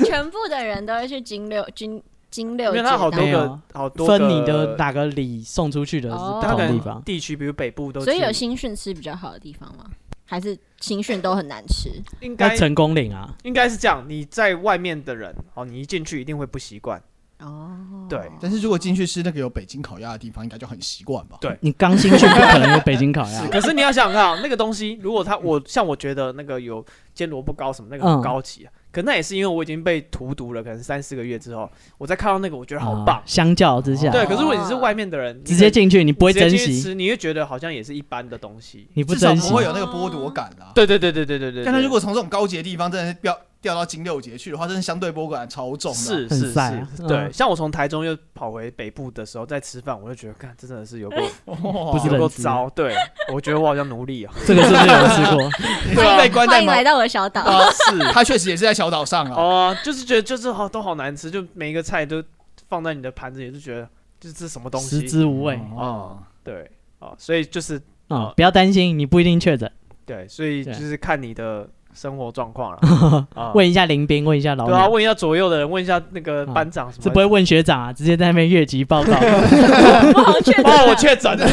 全部的人都会去金六金金因六街为它好多没有个啊好多分你的大哪个里送出去的是哦不大同概地方，地区，比如北部都当去，所以有新训吃比较好的地方吗？还是新训都很难吃？应该那成功岭啊，应该是这样，你在外面的人，哦，你一进去一定会不习惯。哦，对但是如果进去吃那个有北京烤鸭的地方，应该就很习惯吧？对你刚新去不可能有北京烤 [laughs] 鸭，可是你要想想看啊，那个东西，如果它我像我觉得那个有煎萝卜糕什么那个很嗯高级啊，可那也是因为我已经被荼毒了，可能三四个月之后，我再看到那个我觉得好棒啊。相较之下，对，可是如果你是外面的人，直接进去你你不会直接珍进去惜，吃，你会觉得好像也是一般的东西。你不至少珍不惜会有那个剥夺感啦。对对对对对对对。但他对如果从这种高级的地方，真的是掉掉到金六节去的话，真的相对剥夺感超重的。是很是晒啊是，嗯对，像我从台中又跑回北部的时候，在吃饭，我就觉得，看，这真的是有够 [laughs] 哦 [laughs] 哇，不是有够人吃糟，对我觉得我好像奴隶 [laughs] 啊， [laughs] 这个是不是有人吃过？你是 [laughs] 对啊被关欢在迎某 [laughs] 来，到我的小岛。哦啊是他确实也是在小岛嗯上啊。哦，就是觉得就是好都好难吃，就每一个菜都放在你的盘子里，就觉得这这什么 [laughs] 东西食之无味哦，对哦，所以就是啊，不要担心，你不一定确诊。对，所以就对是看你的生活状况 [laughs] 了啊，问一下林斌，问一下老对啊，鸟，问一下左右的人，问一下那个啊班长什是么不会。问学长啊，直接在那边越级 [laughs] 报告。不好确诊啊哦，我确诊了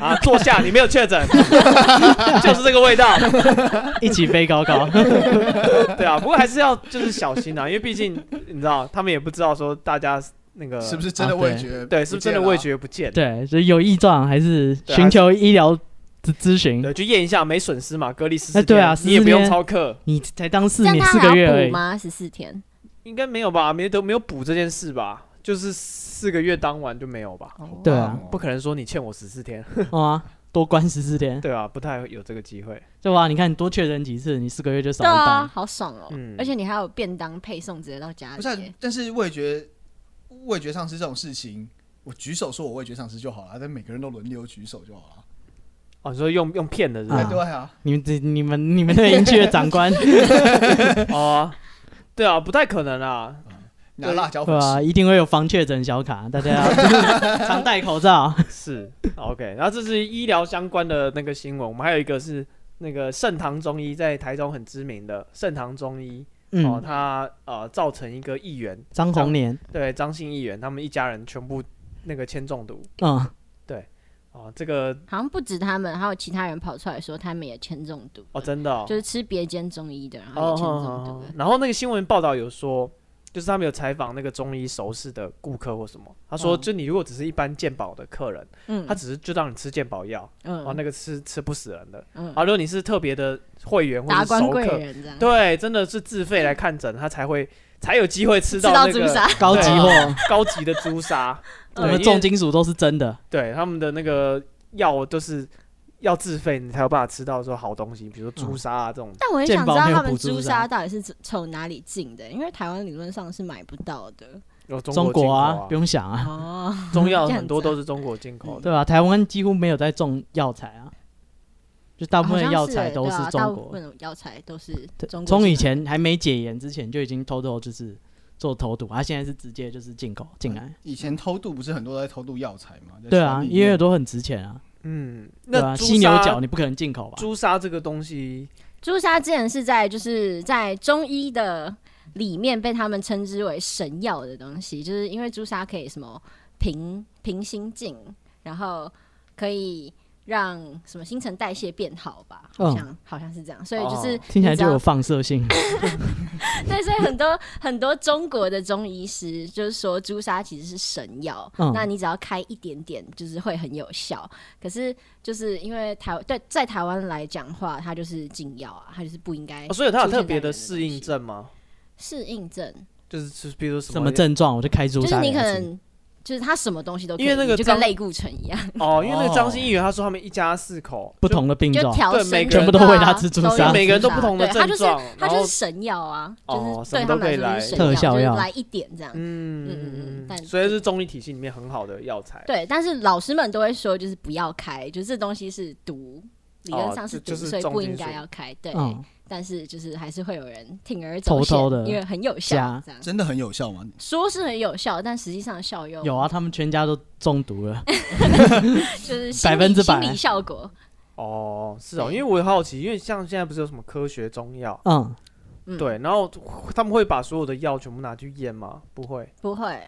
啊！坐下，你没有确诊，就是这个味道。一起飞高 [laughs] 高，对啊，不过还是要就是小心啊，因为毕竟你知道，他们也不知道说大家那个是不是真的啊味对觉？呃对，是不是真的味？觉不见？对，所以有异状还是对还寻求医疗咨咨询。对，就验一下，没损失嘛，隔离十四哎对啊你也14不用天超课，你才当四 [laughs] 这样年四他个还月而要已补，吗？十四天？应该没有吧？没都没有补这件事吧？就是四个月当晚就没有吧？哦对啊，不可能说你欠我十四天，好啊，多关十四天，对啊，不太有这个机会。对吧？你看你多确诊几次，你四个月就少对一啊，半。好爽哦嗯！而且你还有便当配送直接到家不里是啊耶，，但是味觉味觉丧失这种事情，我举手说我味觉丧失就好了，但每个人都轮流举手就好了。哦，你说用用骗的是不啊哎，是？对啊，你们这、你们、你们的营区的长官，对哦，对啊，不太可能啊。拿辣椒粉吃啊吧？一定会有防确诊小卡，大家要 [laughs] 常戴口罩。是 OK，然后这是医疗相关的那个新闻，我们还有一个是那个盛唐中医，在台中很知名的盛唐中医、哦，嗯，他呃造成一个议员张宏年，对张姓议员他们一家人全部那个铅中毒嗯，哦，这个好像不止他们，还有其他人跑出来说他们也铅中毒，哦真的哦就是吃别间中医的，然哦后也铅中毒了。然后那个新闻报道有说，就是他们有采访那个中医熟识的顾客或什么，他说嗯就你如果只是一般健保的客人，嗯他只是就让你吃健保药，哦嗯那个吃吃不死人的，嗯啊，如果你是特别的会员或达者官熟贵客。人这样，对，真的是自费来看诊，他才会才有机会吃吃到到那朱个砂，高级货，高级的朱 [laughs] 砂。我对因们为重金属都是真的。对，他们的那个药都是要自费，你才有办法吃到说好东西，比如说朱砂啊这种。但我很想知道健保没有他补们助朱是吧砂到底是从哪里进的，因为台湾理论上是买不到的。有中中国啊啊，，不用想啊，哦，中药这样很多子啊都是中国进口的。对吧？台湾几乎没有在种药材啊，就大部分好的像药是材耶都对是啊大中部国分。的药材都是对中国。从以，前还没解严之前就已经偷偷就是做偷渡，他、现在是直接就是进口进来。以前偷渡不是很多都在偷渡药材吗？在对啊，船里面因为都很值钱啊，嗯，对那啊，朱犀牛砂角你不可能进口吧？朱砂这个东西，朱砂之前是在就是在中医的里面被他们称之为神药的东西，就是因为朱砂可以什么平平心静，然后可以让什么新陈代谢变好吧，好像、好像是这样，所以就是、哦嗯听起来你知就道有放射性。对，所以很多很多中国的中医师就是说朱砂其实是神药，嗯那你只要开一点点，就是会很有效。可是就是因为台对在台湾来讲话，它就是禁药啊，它就是不应该哦所以它有出现特别在人的的适应症吗？适应症，就是是比如说什么？症状我就开朱就是砂给你可他吃。能就是他什么东西都可以，因为那个就跟张类固醇一样，嗯哦，因为那个张馨议员他说他们一家四口不，同的病就种，调对身每个体人全部都啊喂他吃朱砂就每个人都不同的对他症就是状，它然就后是神药啊，哦就是对什么他都们可以来说来就是神特药，效就是药来一点这样。嗯嗯嗯嗯嗯但嗯，所以是中医体系里面很好的药材。对，但是老师们都会说，就是不要开，就是这东西是毒，理论上是哦毒，就就是所以重不金应该属要开。对，嗯，但是就是还是会有人铤而走偷险，偷地因为很有效加，这样真的很有效吗？说是很有效，但实际上效用有啊，他们全家都中毒了， [laughs] 就是心理100%心理效果。哦，是哦，因为我也好奇，因为像现在不是有什么科学中药？嗯，嗯，对，然后他们会把所有的药全部拿去验吗？不会，不会，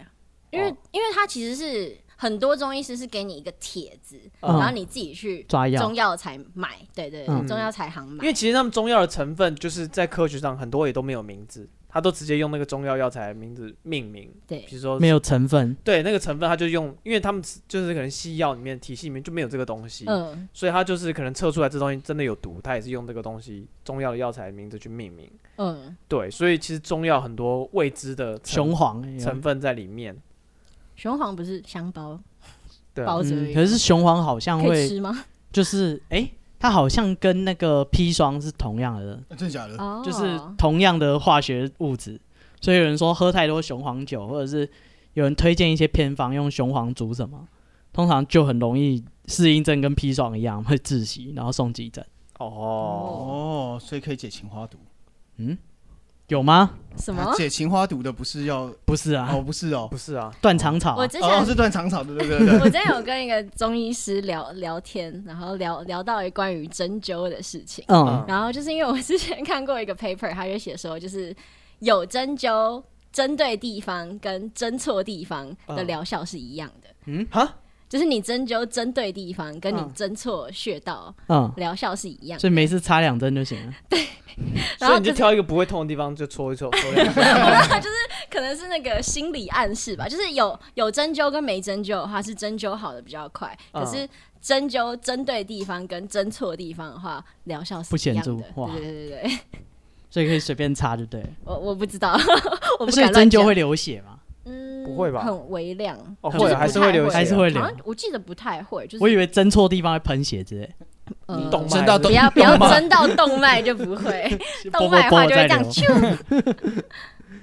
因为、哦因为它其实是很多中医师是给你一个帖子，嗯然后你自己去抓药中，药材买，对对对，嗯中药材行因买为。其实他们中药的成分就是在科学上很多也都没有名字，他都直接用那个中药药材的名字命名，对比如说没有成分，对那个成分，他就用，因为他们就是可能西药里面体系里面就没有这个东西，嗯，所以他就是可能测出来这东西真的有毒，他也是用这个东西中药的药材的名字去命名。嗯，对，所以其实中药很多未知的成雄黄哎也有成分在里面。雄黄不是香包对啊包子而嗯已，可是雄黄好像哦可以会吃吗？就是哎、它好像跟那个砒霜是同样的，真的假的？哦，呃就是同样的化学物质，所以有人说喝太多雄黄酒，或者是有人推荐一些偏方用雄黄煮什么，通常就很容易适应症跟砒霜一样会窒息，然后送急诊。哦，哦，所以可以解情花毒。嗯，有吗？什么啊？解情花毒的不是要不是啊哦，，不是嗯哦不，是啊，断肠草啊、我之前哦是断肠草的，对对对 [laughs] 我之前有跟一个中医师聊聊天，然后聊聊到一关于针灸的事情。嗯，然后就是因为我之前看过一个 paper，他就写说，就是有针灸针对地方跟针错地方的疗效是一样的。嗯哈，就是你针灸针对地方，跟你嗯针错穴道嗯，疗效是一样的。所以每次插两针就行了。然后所以你就就是挑一个不会痛的地方就戳一 [laughs] 戳，戳两下可能是那个心理暗示吧，就是有有针灸跟没针灸的话，是针灸好的比较快，嗯可是针灸针对地方跟针错地方的话，疗效是不显一样著的。哇对对对对 [laughs] 对，所以可以随便插就对了。我我不知道， [laughs] 我不所以敢针乱讲灸会流血嘛？嗯不会吧很微量，哦就是会不啊还是太会流会血啊，还是会流好。像我记得不太会，就是我以为针错地方会喷血之类，呃你懂吗真到不动要不要动脉针到动脉就不 [laughs] 会，波波动脉的波话我就会再这样流。啾。 [laughs]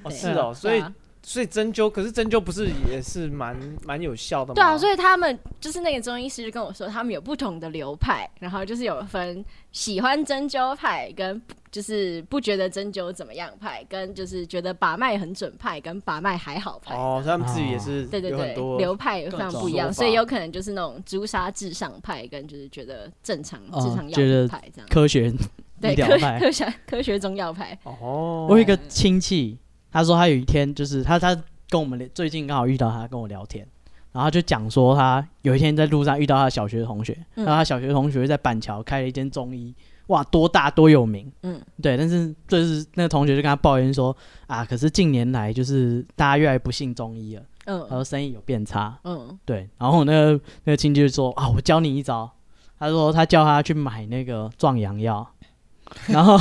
哦，对是哦，所以对啊所以针灸，可是针灸不是也是蛮蛮有效的吗？对啊，所以他们就是那个中医师就跟我说，他们有不同的流派，然后就是有分喜欢针灸派跟就是不觉得针灸怎么样派，跟就是觉得把脉很准派跟把脉还好派。哦，所以他们自己也是对对有很对，多流派非常不一各样，种说法所以有可能就是那种朱砂至上派，跟就是觉得正常哦至上觉药得派这样。科学对，医疗科派科 [laughs] 学科学中药派，哦，我有一个亲戚，他说他有一天就是他他跟我们聊最近刚好遇到他跟我聊天，然后他就讲说他有一天在路上遇到他的小学同学，嗯然后他小学同学在板桥开了一间中医，哇，多大多有名，嗯，对，但是就是那个同学就跟他抱怨说啊，可是近年来就是大家越来越不信中医了，然嗯后生意有变差，嗯， [laughs] 对，然后那个那个亲戚就说啊，我教你一招，他说他叫他去买那个壮阳药， [laughs] 然后。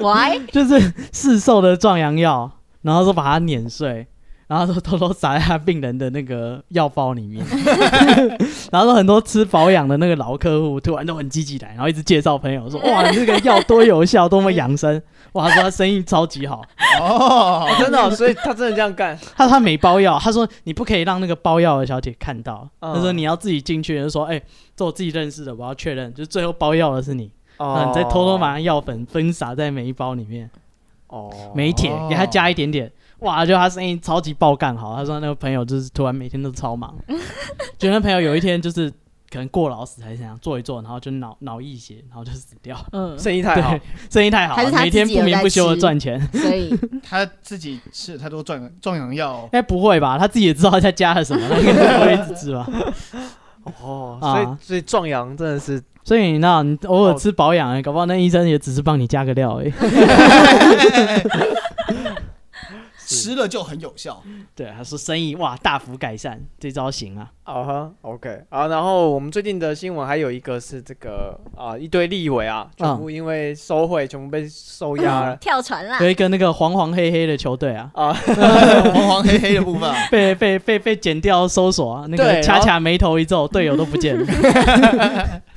喂，就是市售的壮阳药，然后说把它碾碎，然后说偷偷撒在他病人的那个药包里面， [laughs] 然后说很多吃保养的那个老客户突然都很积极来，然后一直介绍朋友说哇，你这个药多有效，多么养生，哇，他说他生意超级好，哦，哦真的哦，所以他真的这样干，他说他没包药，他说你不可以让那个包药的小姐看到，嗯他说你要自己进去，就说哎、这我自己认识的，我要确认，就是最后包药的是你， [laughs] 那哦，你再偷偷把那药粉分撒在每一包里面。哦，梅铁哦给他加一点点，哇！就他生意超级爆干好。他说那个朋友就是突然每天都 [laughs] 超忙，就那朋友有一天就是可能过劳死还是怎样，做一做，然后就脑脑溢血，然后就死掉。 [laughs] 嗯，生意太好对，，生意太好还是了，他每天自己不有眠在不休的吃赚钱。所以他自己吃了太多壮壮阳药，哎，不会吧？他自己也知道他在加了什么，他应该不会一直吃吧？哦，啊所以所以壮阳真的是所以你知道，你偶哦尔吃保养， [laughs] 搞不好那医生也只是帮你加个料而已。吃了就很有效。对，他说生意哇大幅改善，这招行啊。啊哈，OK 啊，然后我们最近的新闻还有一个是这个啊，一堆立委啊，嗯全部因为收贿，全部被收押了跳船啦有！一个那个黄黄黑黑的球队啊，啊， [laughs] 黄黄黑黑的部分啊，被被被被剪掉搜索啊，那个对恰然后恰眉头一皱，队友都不见了。 [laughs]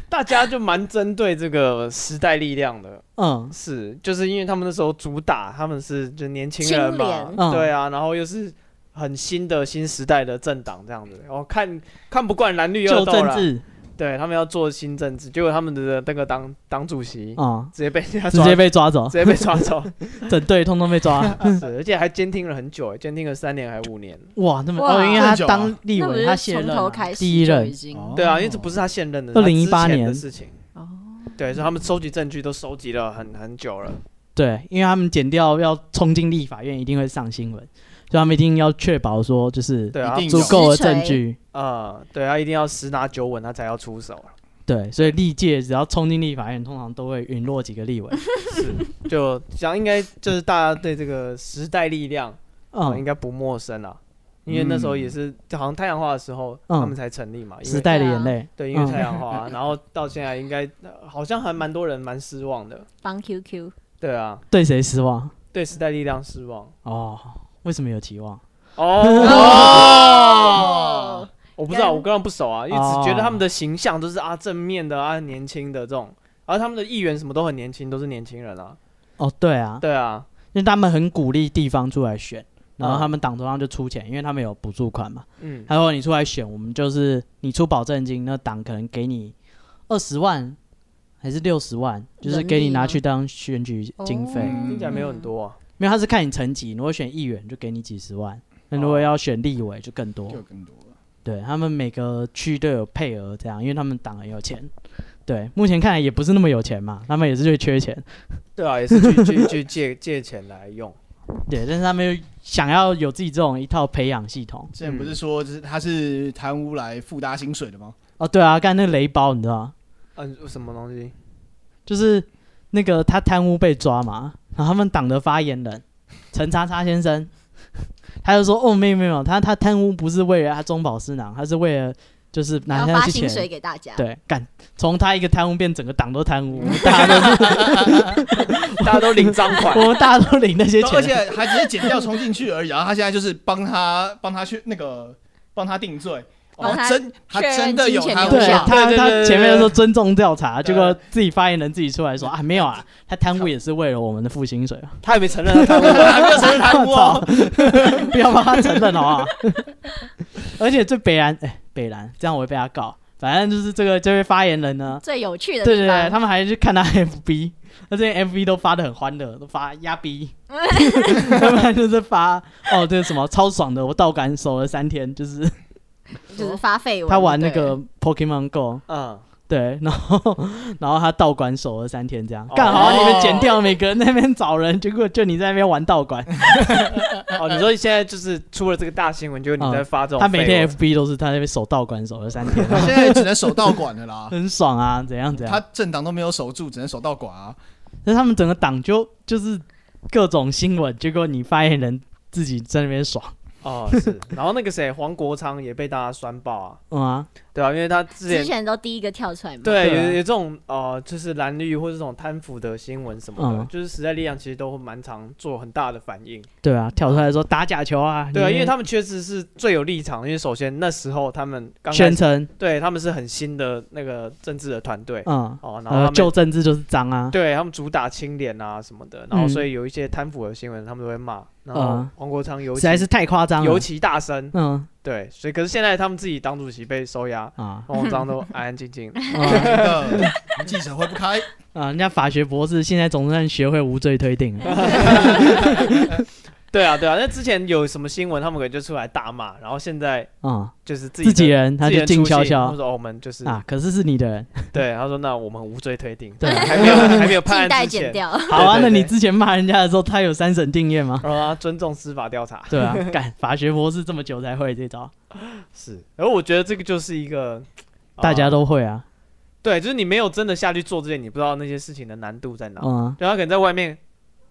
大家就蛮针对这个时代力量的，嗯，是，就是因为他们那时候主打他们是就年轻人清廉嘛，对啊，然后又是很新的新时代的政党这样子，然后看看不惯蓝绿旧恶斗政了，治对他们要做新政治，结果他们的那个党党主席啊，直接被人家直抓接被抓走直，接被抓走，整队通通 [laughs] 被抓。是，而且还监听了很久，欸监听了三年还五年。哇，那么哇哦，因为他这么久啊当立那不委，他是卸从任头啊开始第一就已任，经哦对啊，因为这不是他现任的， 2018他之前年的事情。哦，对，所以他们收集证据都收集了很很久了。对，因为他们剪掉要冲进立法院，一定会上新闻，所以他们一定要确保说就是对啊一，定足有够的实锤证据。呃，对他一定要十拿九稳，他才要出手。啊 [laughs] 对，所以历届只要冲进立法院，通常都会陨落几个立委。是，就想应该就是大家对这个时代力量、呃应嗯，该不陌生啦，因为那时候也是好像太阳花的时候、嗯他们才成立嘛，因时为代的眼泪。对，因啊为嗯太阳花，然后到现在应该呃好像还蛮多人蛮失望的。帮 QQ 对啊，对谁失望？对时代力量失望。哦，为什么有期望？哦，我不知道，我跟他们不熟啊，因为哦只觉得他们的形象都是啊正面的啊年轻的这种，而他们的议员什么都很年轻，都是年轻人啊。哦，对啊，对啊，因为他们很鼓励地方出来选，然后嗯他们党中央就出钱，因为他们有补助款嘛。嗯，他说你出来选，我们就是你出保证金，那党可能给你二十万还是六十万，就是给你拿去当选举经费。人力吗哦听起来没有很多啊。没有，他是看你层级，如果选议员就给你几十万，那如果要选立委就更多。哦就有更多了。对他们每个区都有配额这样，因为他们党很有钱。对，目前看来也不是那么有钱嘛，他们也是最缺钱。对啊，也是去去去借借钱来用。对，但是他们又想要有自己这种一套培养系统。之前不是说就是他是贪污来付大家薪水的吗？哦，对啊，干那个雷包你知道吗？嗯、什么东西？就是那个他贪污被抓嘛，然后他们党的发言人陈叉叉先生，他就说哦，没有没有，他他贪污不是为了他中饱私囊，他是为了就是拿要下发去薪水钱。给大家，对，干从他一个贪污变整个党都贪污，大家都是大家都领赃款我。们大家都领那些然后而且钱。还只是剪掉冲进去而已，然后 [laughs] 他现在就是帮他帮他去那个帮他定罪，哦帮，他真他确认真的有金钱贪污流对向啊，对他，对对他对前面说尊重调查，结对果自己发言人自己出来说啊，没有啊，他贪污也是为了我们的付薪水啊，他也没承认他贪污啊。 [laughs] 他没有承认 [laughs] 贪污哦，不要帮他承认好不 [laughs] 好？而且最北兰，哎、北兰，这样我会被他告。反正就是这个这位发言人呢，最有趣的对地对对，方，他们还去看 [laughs] 他 FB，那这些 FB 都发的很欢乐，都发压逼， [laughs] 他们就是发哦，这个什么超爽的，我倒感守了三天，就是就是发绯闻。他玩那对个 Pokemon Go，嗯，对，然后然后他道馆守了三天，这样哦干好啊！你们剪掉每个人在那边找人，结果就你在那边玩道馆。哦，你说现在就是出了这个大新闻，就是你在发这种绯闻、他每天 FB 都是他在那边守道馆守了三 [laughs] 天，，他现在只能守道馆的啦 [laughs] 很爽啊！怎样怎他样？政党都没有守住，只能守道馆啊。那他们整个党就就是各种新闻，结果你发言人自己在那边爽，哦是，然后那个谁黄国昌也被大家酸爆啊，嗯啊，对啊，因为他之前之前都第一个跳出来嘛，对，对啊有有这种呃，就是蓝绿或者这种贪腐的新闻什么的，嗯就是时代力量其实都蛮常做很大的反应。对啊，跳出来说打假球啊，对啊，你因为他们确实是最有立场，因为首先那时候他们刚开宣始，称，对他们是很新的那个政治的团队嗯，哦，然后呃，他旧们政治就是脏啊，对他们主打清廉啊什么的，然后嗯所以有一些贪腐的新闻他们都会骂，然后嗯黄国昌尤实其在是太夸张了尤，其大声，嗯对，所以可是现在他们自己党主席被收押，啊黄国昌都安安静静的，啊真的记者会不开，啊！人家法学博士现在总算学会无罪推定了。对啊，对啊，那之前有什么新闻，他们可能就出来大骂，然后现在啊、就是自己自己的人他自己就人静出悄现他悄说、哦、我们就是、啊，可是是你的人，对，他说那我们无罪推定，对还没有还没有判替代案之剪前，掉，好啊， [laughs] 对对那你对之前骂人家的时候，他有三审定 [laughs] 谳吗？然后他尊重司法调查对啊，干法学博士这么久才会这招，啊是，而我觉得这个就是一个、呃大家都会啊，对，就是你没有真的下去做之前，你不知道那些事情的难度在哪，嗯啊，对，他可能在外面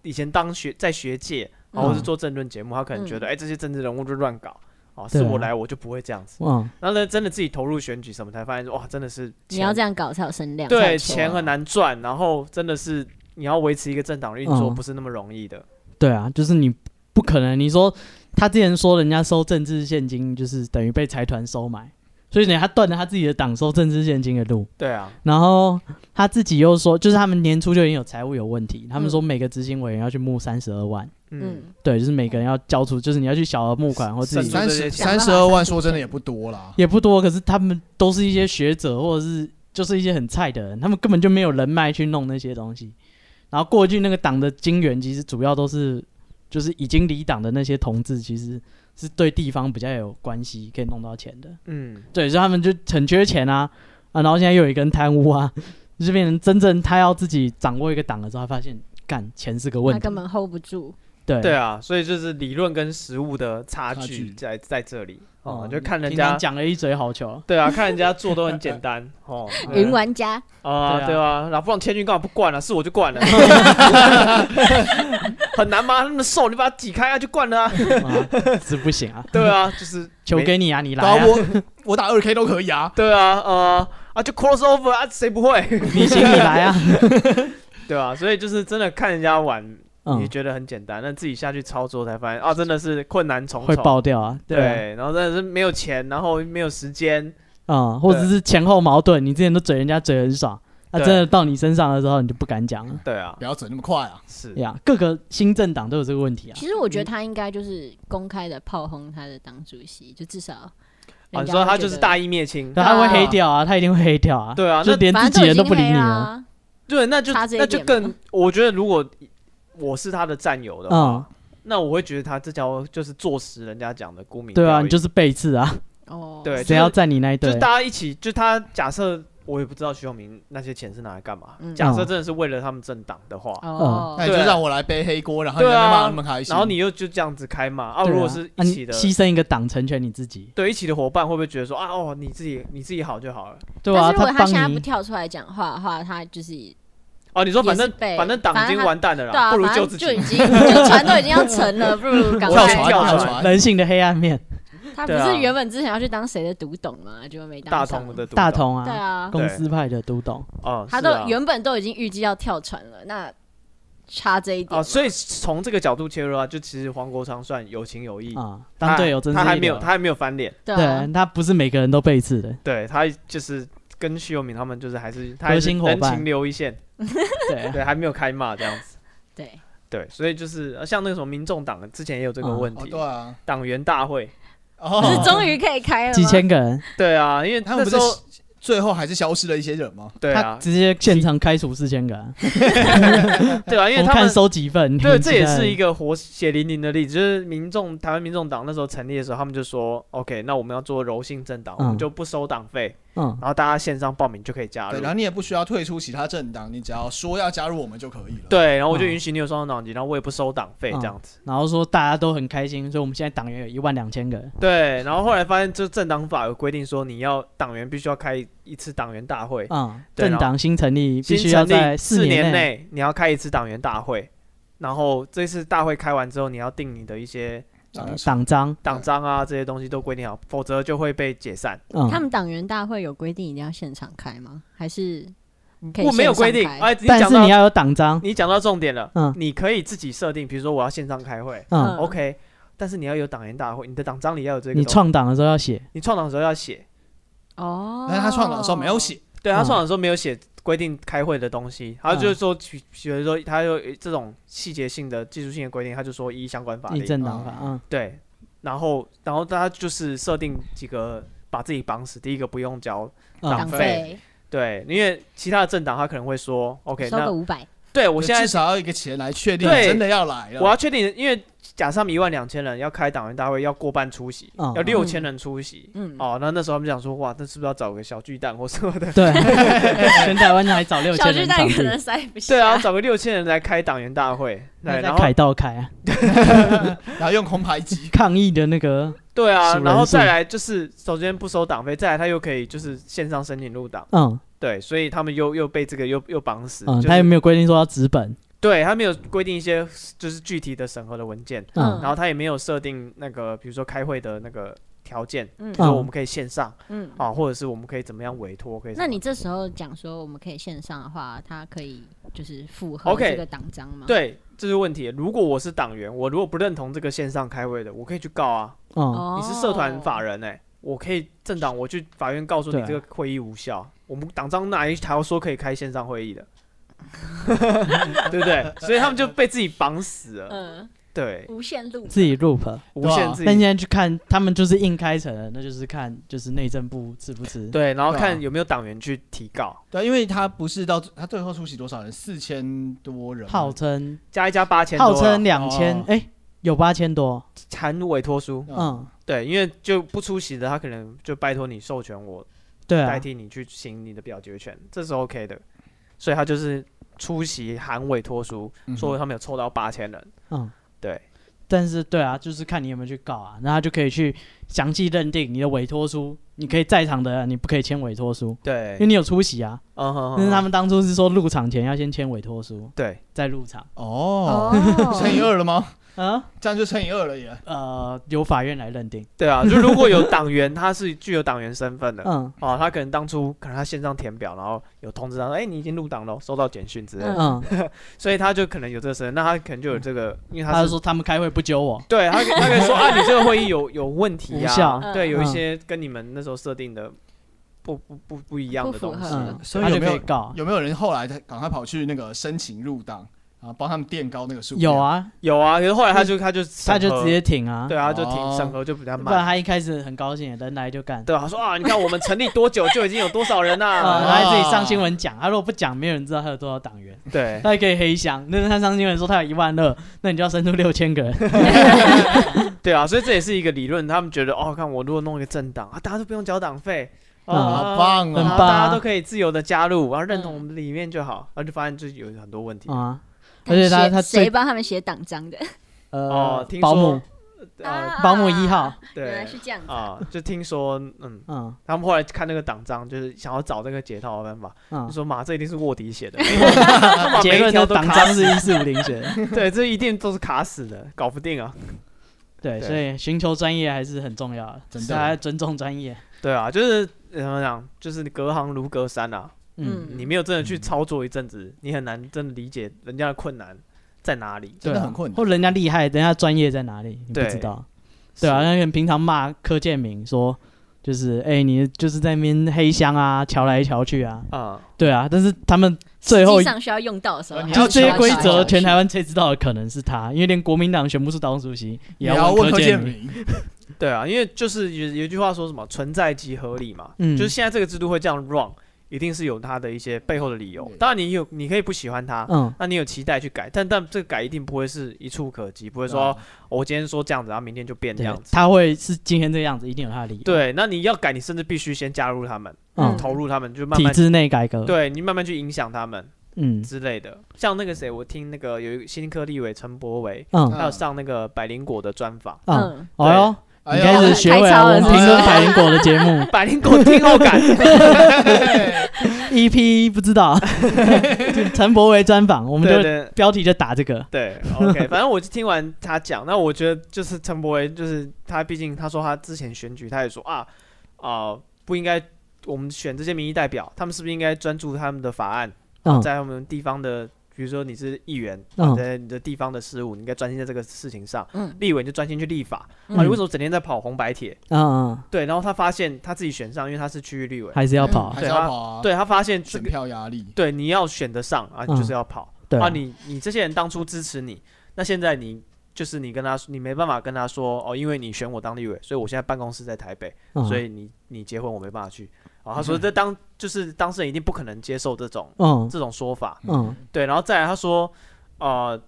以前当学在学界，啊，嗯或是做政论节目，他可能觉得，哎，这些政治人物就乱搞，哦，是对啊我来我就不会这样子。嗯，然后呢，真的自己投入选举什么，才发现说，哇，真的是你要钱这样啊搞才有声量。对，才有钱收很难赚，然后真的是你要维持一个政党运作嗯不是那么容易的。对啊，就是你不可能，你说他之前说人家收政治现金，就是等于被财团收买，所以呢，他断了他自己的党收政治现金的路。对啊，然后他自己又说，就是他们年初就已经有财务有问题，他们说每个执行委员要去募三十二万，嗯，嗯，对，就是每个人要交出，就是你要去小额募款或自省己出三这些十钱三十二万，说真的也不多啦。也不多，可是他们都是一些学者或者是就是一些很菜的人，他们根本就没有人脉去弄那些东西。然后过去那个党的金源，其实主要都是就是已经离党的那些同志，其实是对地方比较有关系，可以弄到钱的。嗯，对，所以他们就很缺钱啊啊，然后现在又有一个人贪污啊，就是变成真正他要自己掌握一个党了之后，他发现干钱是个问他题根，本 hold 不住。对对啊，所以就是理论跟实物的差差距距在在这里哦，嗯就看人平常家。讲了一嘴好球，对啊，看人家做都很简 [laughs] 单哦，对云玩家，啊，嗯对啊对啊，然后不然千军干嘛不 [laughs] 灌了、是我就灌了，很难吗？那么瘦，你把它挤开啊，就灌了啊。啊、 [laughs] 是不行啊，对啊，就是球没给你啊，你然来后 [laughs] 啊，我我打二 K 都可以啊。对啊，呃啊，就 cross over 啊，谁不会？你行你来啊，对啊，所以就是真的看人家玩，你嗯，觉得很简单，但自己下去操作才发现啊，真的是困难重重。会爆掉啊，对，啊，然后真的是没有钱，然后没有时间，嗯，或者是前后矛盾，你之前都嘴人家嘴很爽，那、对真的到你身上的时候，你就不敢讲了对啊不，要整那么快啊！是，呀。各个新政党都有这个问题啊，其实我觉得他应该就是公开的炮轰他的党主席，就至少啊，人你家会觉得。说他就是大义灭亲，对他会黑掉啊，他一定会黑掉啊，对啊，就那连自反正己人都不理已你经黑啊了，啦。对，那就差这一那就点更嘛，我觉得如果我是他的战友的话，嗯，那我会觉得他这叫就是坐实人家讲的沽名对啊，钓誉你就是背刺啊。哦，对，谁就是要站你那一就是队大？家一起，就他假设我也不知道徐永明那些钱是拿来干嘛。嗯假设真的是为了他们政党的话，哦哎那，你就对啊让我来背黑锅，然后你对在啊那边骂那么开心，然后你又就这样子开骂啊，对啊如果是啊一你起的。牺牲一个党成全你自己，对一起的伙伴会不会觉得说啊哦你自己你自己好就好了对但啊，是如果他现在帮不你，跳出来讲话的话，他就是哦你说反也是正被反正党已经反正他完蛋了对啦，啊，不如反救正自己 [laughs] 就已经就船都已经要沉了，不如赶跳快船跳跳船船，人性的黑暗面，他不对啊是原本之前要去当谁的独董吗？结果没当大上同的独大董同对啊，啊，公司派的都懂，哦他是都啊原本都已经预计要跳船了，那差这一点哦，嘛，所以从这个角度切入啊，就其实黄国昌算有情有义，啊，他当队友真嗯是他还一没有流啊他还没有翻脸，对啊对他不是每个人都背刺的，对他就是跟徐友敏他们就是还是他还是心伙人伴哎情留一线， [laughs] 对啊对，还没有开骂这样子，对，对，所以就是呃像那个什么民众党之前也有这个嗯问哦题对，啊，党员大会，哦，是终于可以开了吗几千个人，对啊，因为 [laughs] 他那们不时是候最后还是消失了一些人吗？对他啊直接现场开除四千个人， [laughs] 对啊，因为我们他看们收几份，你对，们这也期待是一个活血淋淋的例子，就是民众台湾民众党那时候成立的时候，他们就说，OK，那我们要做柔性政党，我们嗯就不收党费，嗯，然后大家线上报名就可以加入对，。然后你也不需要退出其他政党，你只要说要加入我们就可以了。，对，然后我就嗯允许你有双重党籍，然后我也不收党费这样子。然后说大家都很开心，所以我们现在党员有一万两千个人，对，然后后来发现，就政党法有规定说，你要党员必须要开一次党员大会，嗯，对政然后党新成立必新须要成在立四年内，内你要开一次党员大会，然后这次大会开完之后，你要定你的一些呃党章，党章啊这些东西都规定好，否则就会被解散。嗯，他们党员大会有规定一定要现场开吗？还是可以我没有规定，线上开哎，你但讲是到你要有党章，你讲到重点了，嗯你可以自己设定，比如说我要线上开会、嗯嗯 o k 但是你要有党员大会，你的党章里要有这个东你西，创党的时候要写，你创党的时候要写，哦？哎但是他创党的时候没有写，对他嗯创党的时候没有写规定开会的东西，他就是嗯说，比比如说他有这种细节性的技术性的规定，他就说依相关法你律，政党法，嗯。对，然后然后他就是设定几个把自己绑死，第一个不用交，党嗯党费费，对，因为其他的政党他可能会说，OK，收个那五百，对我现在至少要一个钱来确定对你真的要来了。我要确定，因为假设他们一万两千人要开党员大会，要过半出席，嗯要六千人出席。嗯，哦，那那时候他们讲说，哇，那是不是要找个小巨蛋或什么 [laughs] 的？对， [laughs] 全台湾还找六小千巨人蛋场可能地，塞不下。对啊，，找个六千人来开党员大会，对，那 [laughs] 然在后凯道开啊，然后用空拍机， [laughs] 抗议的那个，对啊，数然后人数再来就是，首先不收党费，再来他又可以就是线上申请入党，嗯对，所以他们又又被这个又又绑死，嗯，就他有是没有规定说要纸本？对他没有规定一些就是具体的审核的文件，嗯然后他也没有设定那个比如说开会的那个条件，嗯比如说我们可以线上嗯。啊，或者是我们可以怎么样委托，可以怎那么你这时候讲说我们可以线上的话，它可以就是符合 OK 这个党章吗？，对这是问题。如果我是党员，我如果不认同这个线上开会的，我可以去告啊。嗯，哦你是社团法人哎、我可以政党，我去法院告诉对你啊这个会议无效。我们党章哪一条说可以开线上会议的？对不对？所以他们就被自己绑死了。嗯，对，无限路自己 e loop。无限自但现己在去看，他们就是硬开成的，那就是看就是内政部吃不吃。对，然后对啊看有没有党员去提告，对啊，因为他不是到他最后出席多少人，四千多人吗，嗯号称加一加八千多号啊，称两千哦，哎，有八千多，谈委托书。嗯，对，因为就不出席的，他可能就拜托你授权我对代啊，替你去行你的表决权，这是 OK 的。所以他就是出席含委托书，嗯哼说他们有凑到八千人。嗯，对，但是对啊，就是看你有没有去告啊，那他就可以去详细认定你的委托书，你可以在场的人你不可以签委托书，对因为，你有出席啊。嗯哼但是他们们当初是说入场前要先签委托书， [laughs] 对再入场。哦，哦， [laughs] 乘以二了吗？啊，这样就乘以二了耶。呃，由法院来认定。对啊，就如果有党员他是具有党员身份的。嗯哦，他可能当初可能他线上填表，然后有通知他说，哎、你已经入党了，收到简讯之类的，嗯，所以他就可能有这个身份，那他可能就有这个，因为他他就是说他们开会不揪我。对他可他可以说啊，你这个会议有有问题无效啊，对，嗯有一嗯些跟你们那时候设定的不不不不一样不的符东合西，嗯，所以他有就没可有以告。有没有人后来他赶快跑去那个申请入党，然后帮他们垫高那个数？有，啊，有啊，可是后来他就他就他就审核直接挺啊。对啊，就停哦审核就比较不然慢。他一开始很高兴，人来就干。对啊，他说啊，你看我们成立多久就已经有多少人 [laughs] 啊，啦、然后他自己上新闻哦讲，他如果不讲，没有人知道他有多少党员， [laughs] 对，他也可以黑箱。那他上新闻说他有一万二，那你就要生出六千 [laughs] 个人。对啊，所以这也是一个理论，他们觉得哦，看我如果弄一个政党啊，大家都不用交党费，哦嗯好棒然很后棒哦！大家都可以自由的加入，然后认同我们里面就好，然后就发现就有很多问题。啊，而他且他写他谁最帮他们写党章 [laughs] 的？哦呃听保说姆啊，保姆一号，原对来是这样子啊。啊，就听说嗯，嗯他们后来看那个党章，就是想要找这个解套的办法，就嗯，说嘛，这一定是卧底 [laughs] 写的，他把结每一论条都的党卡章死，是一四五零 [laughs] 学，对，这一定都是卡死的，搞不定啊。对，对所以寻求专业还是很重要的，真的大家尊重专业，对啊，就是怎么讲，就是隔行如隔山啊。嗯，你没有真的去操作一阵子，你很难真的理解人家的困难在哪里。真的对啊很困难或人家厉害，人家专业在哪里，你不对知道，对啊，那个人平常骂柯建明说。就是哎、你就是在那边黑箱啊，瞧来瞧去啊，啊、对啊，但是他们最后实际上需要用到的哦时候，呃你就要是这些规则，全台湾湾才知道的可能是他，因为连国民党选不出党主席，也要要问柯柯建明。明，对啊，因为就是有有一句话说什么“存在即合理”嘛，嗯就是现在这个制度会这样 run，一定是有它的一些背后的理由对。当然，你有你可以不喜欢它，嗯，那你有期待去改，但但这个改一定不会是一触可及，不会说、哦我今天说这样子，然后明天就变这啊对样，子。他会是今天这个样子，一定有他的理由。，啊对，那你要改，你甚至必须先加入他们，嗯，投入他们，就慢体慢制内改革，，对你慢慢去影响他们。嗯之类的。像那个谁，我听那个有一个新科立委陈柏维，嗯还有上那个百灵果的专访。 [laughs] 嗯，嗯，哦哟，哎你呦开始学会开了窍我了们是不评是论百灵果的 [laughs] 节目百灵果听后感， EP，E 不知 [laughs] 道，就陈柏维专 [laughs] 访，我们对就对标题就打这个，对，OK。反正 [laughs] 我就听完他讲，那我觉得就是陈柏维，就是他，毕竟他说他之前选举，他也说啊啊、不应该我们选这些民意代表，他们是不是应该专注他们的法案，嗯在他们地方的。比如说你是议员，嗯在你的地方的事务，你应该专心在这个事情上。嗯立委你就专心去立法，嗯啊，你为什么整天在跑红白帖？嗯嗯，对，然后他发现他自己选上，因为他是区域立委，还是要嗯跑还，是要跑啊？，对他发现这选个，票压力，对你要选得上啊，嗯你就是要跑、对啊，你你这些人当初支持你，那现在你就是你跟他说，你没办法跟他说哦，因为你选我当立委，所以我现在办公室在台北，嗯所以你你结婚我没办法去啊。他说这当就是当事人一定不可能接受这种嗯这种说法，嗯对，然后再来他说，呃。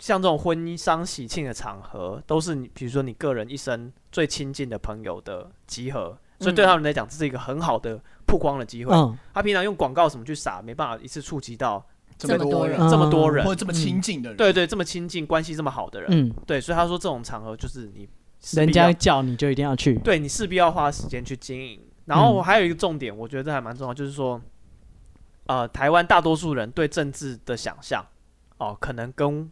像这种婚丧喜庆的场合，都是你比如说你个人一生最亲近的朋友的集合，所以对他们来讲，这是一个很好的曝光的机会。嗯，他平常用广告什么去撒，没办法一次触及到这么这么多多人人嗯这么多人，或者这么亲近的人，对对，这么亲近、关系这么好的人，嗯，对，所以他说这种场合就是你势必人家要叫你就一定要去，对你势必要花时间去经营。然嗯后还有一个重点，我觉得这还蛮重要，就是说，呃，台湾大多数人对政治的想象哦，可能跟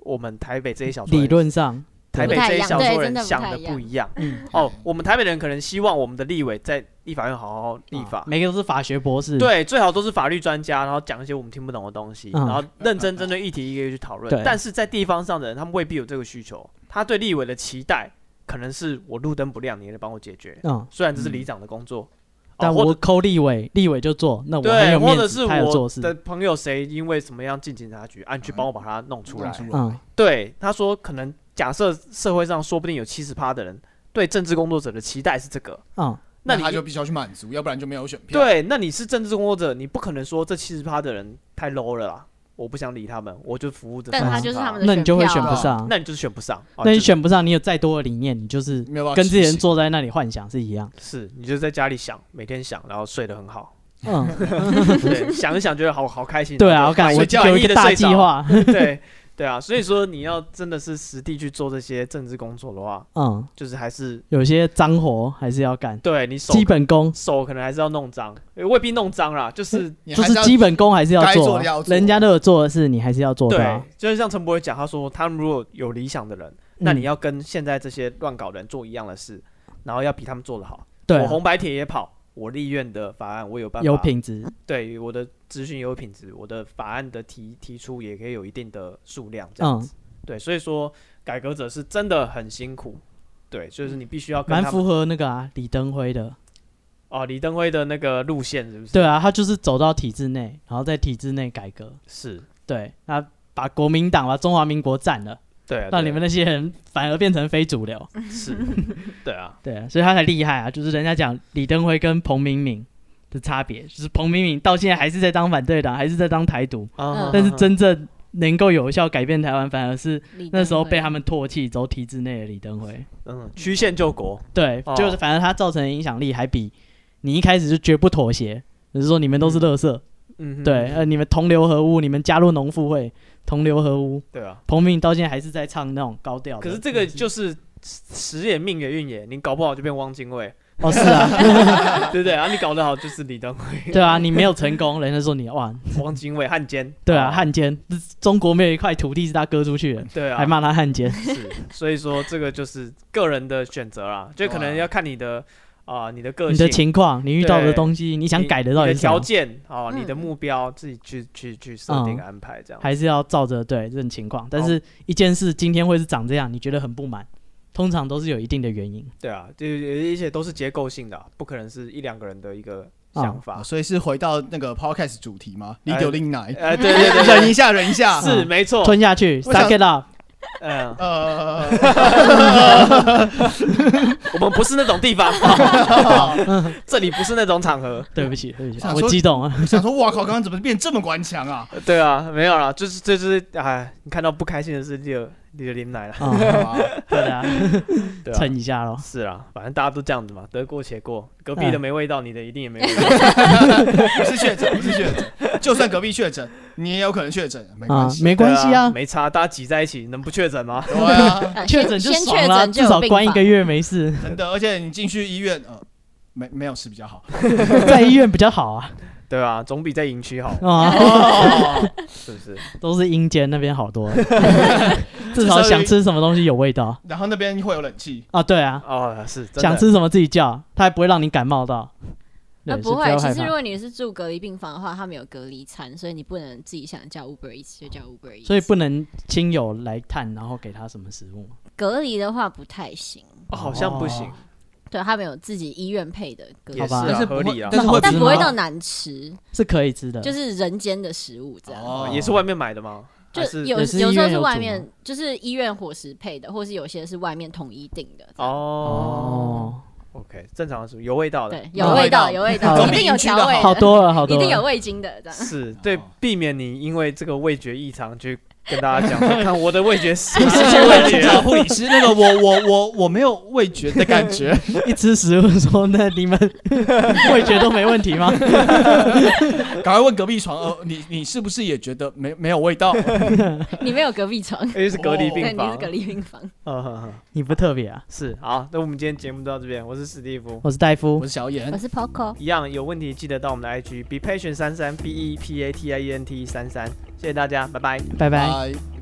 我们台北这一小撮人理论上，台北这一小不太一样撮对人真的不想太的一样不一样。嗯，哦，我们台北人可能希望我们的立委在立法院好好立啊法，每个都是法学博士，对，最好都是法律专家，然后讲一些我们听不懂的东西，嗯然后认 [laughs] 真针对议题一个一个去讨论对。但是在地方上的人，他们未必有这个需求，他对立委的期待可能是我路灯不亮，你也得帮我解决。嗯，虽然这是里长的工作，哦但啊或我者扣立委，立委就做，那我很对，有或面者子，是他有做我事，的朋友谁因为什么样进警察局，啊，你去帮我把他弄出来。嗯，对，他说可能假设社会上说不定有七十趴的人对政治工作者的期待是这个，嗯，那那你他就必须要去满足，要不然就没有选票。对，那你是政治工作者，你不可能说这七十趴的人太 low 了啦，我不想理他们，我就服务这。但他就是他们的那你就会选选不票啊上，那你就是选不上，哦那你就是哦选不上，你有再多的理念，你就是没有办法跟执之前行坐在那里幻想是一 [laughs] 样。是你就在家里想，每天想，然后睡得很 [laughs] 好，嗯，对，想一想觉得好好开心。对啊，然后我感就我睡觉有一意个地大睡计着，划。 [laughs] 对对啊，所以说你要真的是实地去做这些政治工作的话，嗯，就是还是有些脏活还是要干，对你手基本功手可能还是要弄脏，呃未必弄脏啦，就是你就还是要基本功还是要该做做啊的要，做人家都有做的事，你还是要做的对啊。，就是像陈博伟讲，他说他们如果有理想的人，那嗯你要跟现在这些乱搞的人做一样的事，然后要比他们做得好。对我啊红白铁也跑，我立院的法案我有办法，有品质，对我的咨询也有品质，我的法案的提提出也可以有一定的数量这样嗯子。，对，所以说改革者是真的很辛苦，对，就是你必须要跟蛮他们符合那个啊李登辉的。哦李登辉的那个路线是不是？对，啊，他就是走到体制内，然后在体制内改革。是，对，那把国民党把中华民国占了，对啊，对让你啊们那些人反而变成非主流。嗯是，对 [laughs] 啊，对啊，所以他才厉害啊！就是人家讲李登辉跟彭明敏的差别，就是彭明敏到现在还是在当反对党，还是在当台独，嗯啊但是真正能够有效改变台湾，反而是李那时候登辉被他们唾弃、走体制内的李登辉。嗯曲线救国，对，哦就是反正他造成的影响力还比你一开始就绝不妥协，只是说你们都是垃圾，嗯哼，对，呃，你们同流合污，你们加入农妇会，同流合污。对啊。彭明敏到现在还是在唱那种高调的可东西，是这个就是时也命也运也，你搞不好就变汪精卫，哦是啊， [laughs] 对不对？然后你搞得好就是李登辉、对啊，你没有成功，人家说你哇，汪精卫、汉奸，对啊，哦汉奸，不是中国没有一块土地是他割出去的，对啊，还骂他汉奸。是。所以说这个就是个人的选择啦，就可能要看你的啊、你的个你的性。情况，你遇到的对东西，你想改的的到底你是什条么，嗯件哦，你的嗯目标自己去去去设定安排这样。还是要照着对这种情况。但哦是一件事今天会是长这样，你觉得很不满，通常都是有一定的原因。对啊，就是而且都是结构性的啊、不可能是一两个人的一个哦想法啊，。所以是回到那个 podcast 主题吗？你哎丢令奶，呃，对对对对忍一下，忍一下。啊是没错。吞下去我想，suck it up，嗯，呃， [laughs] 我们不是那种地方， [laughs] 这里不是那种场合。对不起，对不起，想我说激动 [laughs] 啊。我想说，哇靠，刚刚怎么变这么顽强啊？对啊，没有啦，就是这就是哎，你看到不开心的事你就你就淋奶了，啊，对啊， [laughs] 对啊撑，一下咯。是啊，反正大家都这样子嘛，得过且过，隔壁的嗯没味道，你的一定也没味道，不是确诊，不是确诊，就算隔壁确诊，你也有可能确诊，没啊关，[laughs] 系。没对关系啊，啊，没差，大家挤在一起能不确诊吗？对啊，呃确先诊就先爽确了，诊就至有少病关一房个月没事， [laughs] 真的，而且你进去医院，呃，没没有事比较好。 [laughs] 在医院比较好啊。对啊，总比在营区 [laughs] 好， [laughs] 啊，哦，是不是？都是阴间那边好多，啊至少想吃什么东西有味道然后那边会有冷气，啊。对啊，哦，是真的想吃什么自己叫，他还不会让你感冒到。对是呃，不要会。害其实怕如果你是住隔离病房的话，他们有隔离餐，所以你不能自己想叫 Uber 一起就叫 Uber 一起。所以不能亲友来探，然后给他什么食物。隔离的话不太行。哦好像不行，对他们有自己医院配的隔离也是好吧啊但是不合会理啊，但是会但吃不会吗到难吃，是可以吃的，就是人间的食物这样。哦哦也是外面买的吗？就还是有也是有医时候院是有外煮面吗就是医院伙食配的，或是有些是外面统一订的。哦哦， ，OK，正常的是有味道的，对，有有味味道，道有味好道，一定有调味好多了，好多一了，定有味精的这样。是对哦，避免你因为这个味觉异常去跟大家讲，看我 [laughs] 的味觉是不是味觉，护理师 [laughs] 那个我我我我没有味觉的感觉， [laughs] 一吃食物说，那你们味觉都没问题吗？赶快问隔壁床，呃，你你是不是也觉得没没有味 [laughs] 道？你没有隔壁床，因为是隔离哦病对，你房是，隔离病房。嗯哼哼，你不特别啊，是好，那我们今天节目就到这边，我是史蒂夫，我是戴我夫，是小我眼，是 Poco，一样有问题记得到我们的 IG be patient 三三 b e p a t i e n t 三三，谢谢大家，拜拜。拜拜。拜。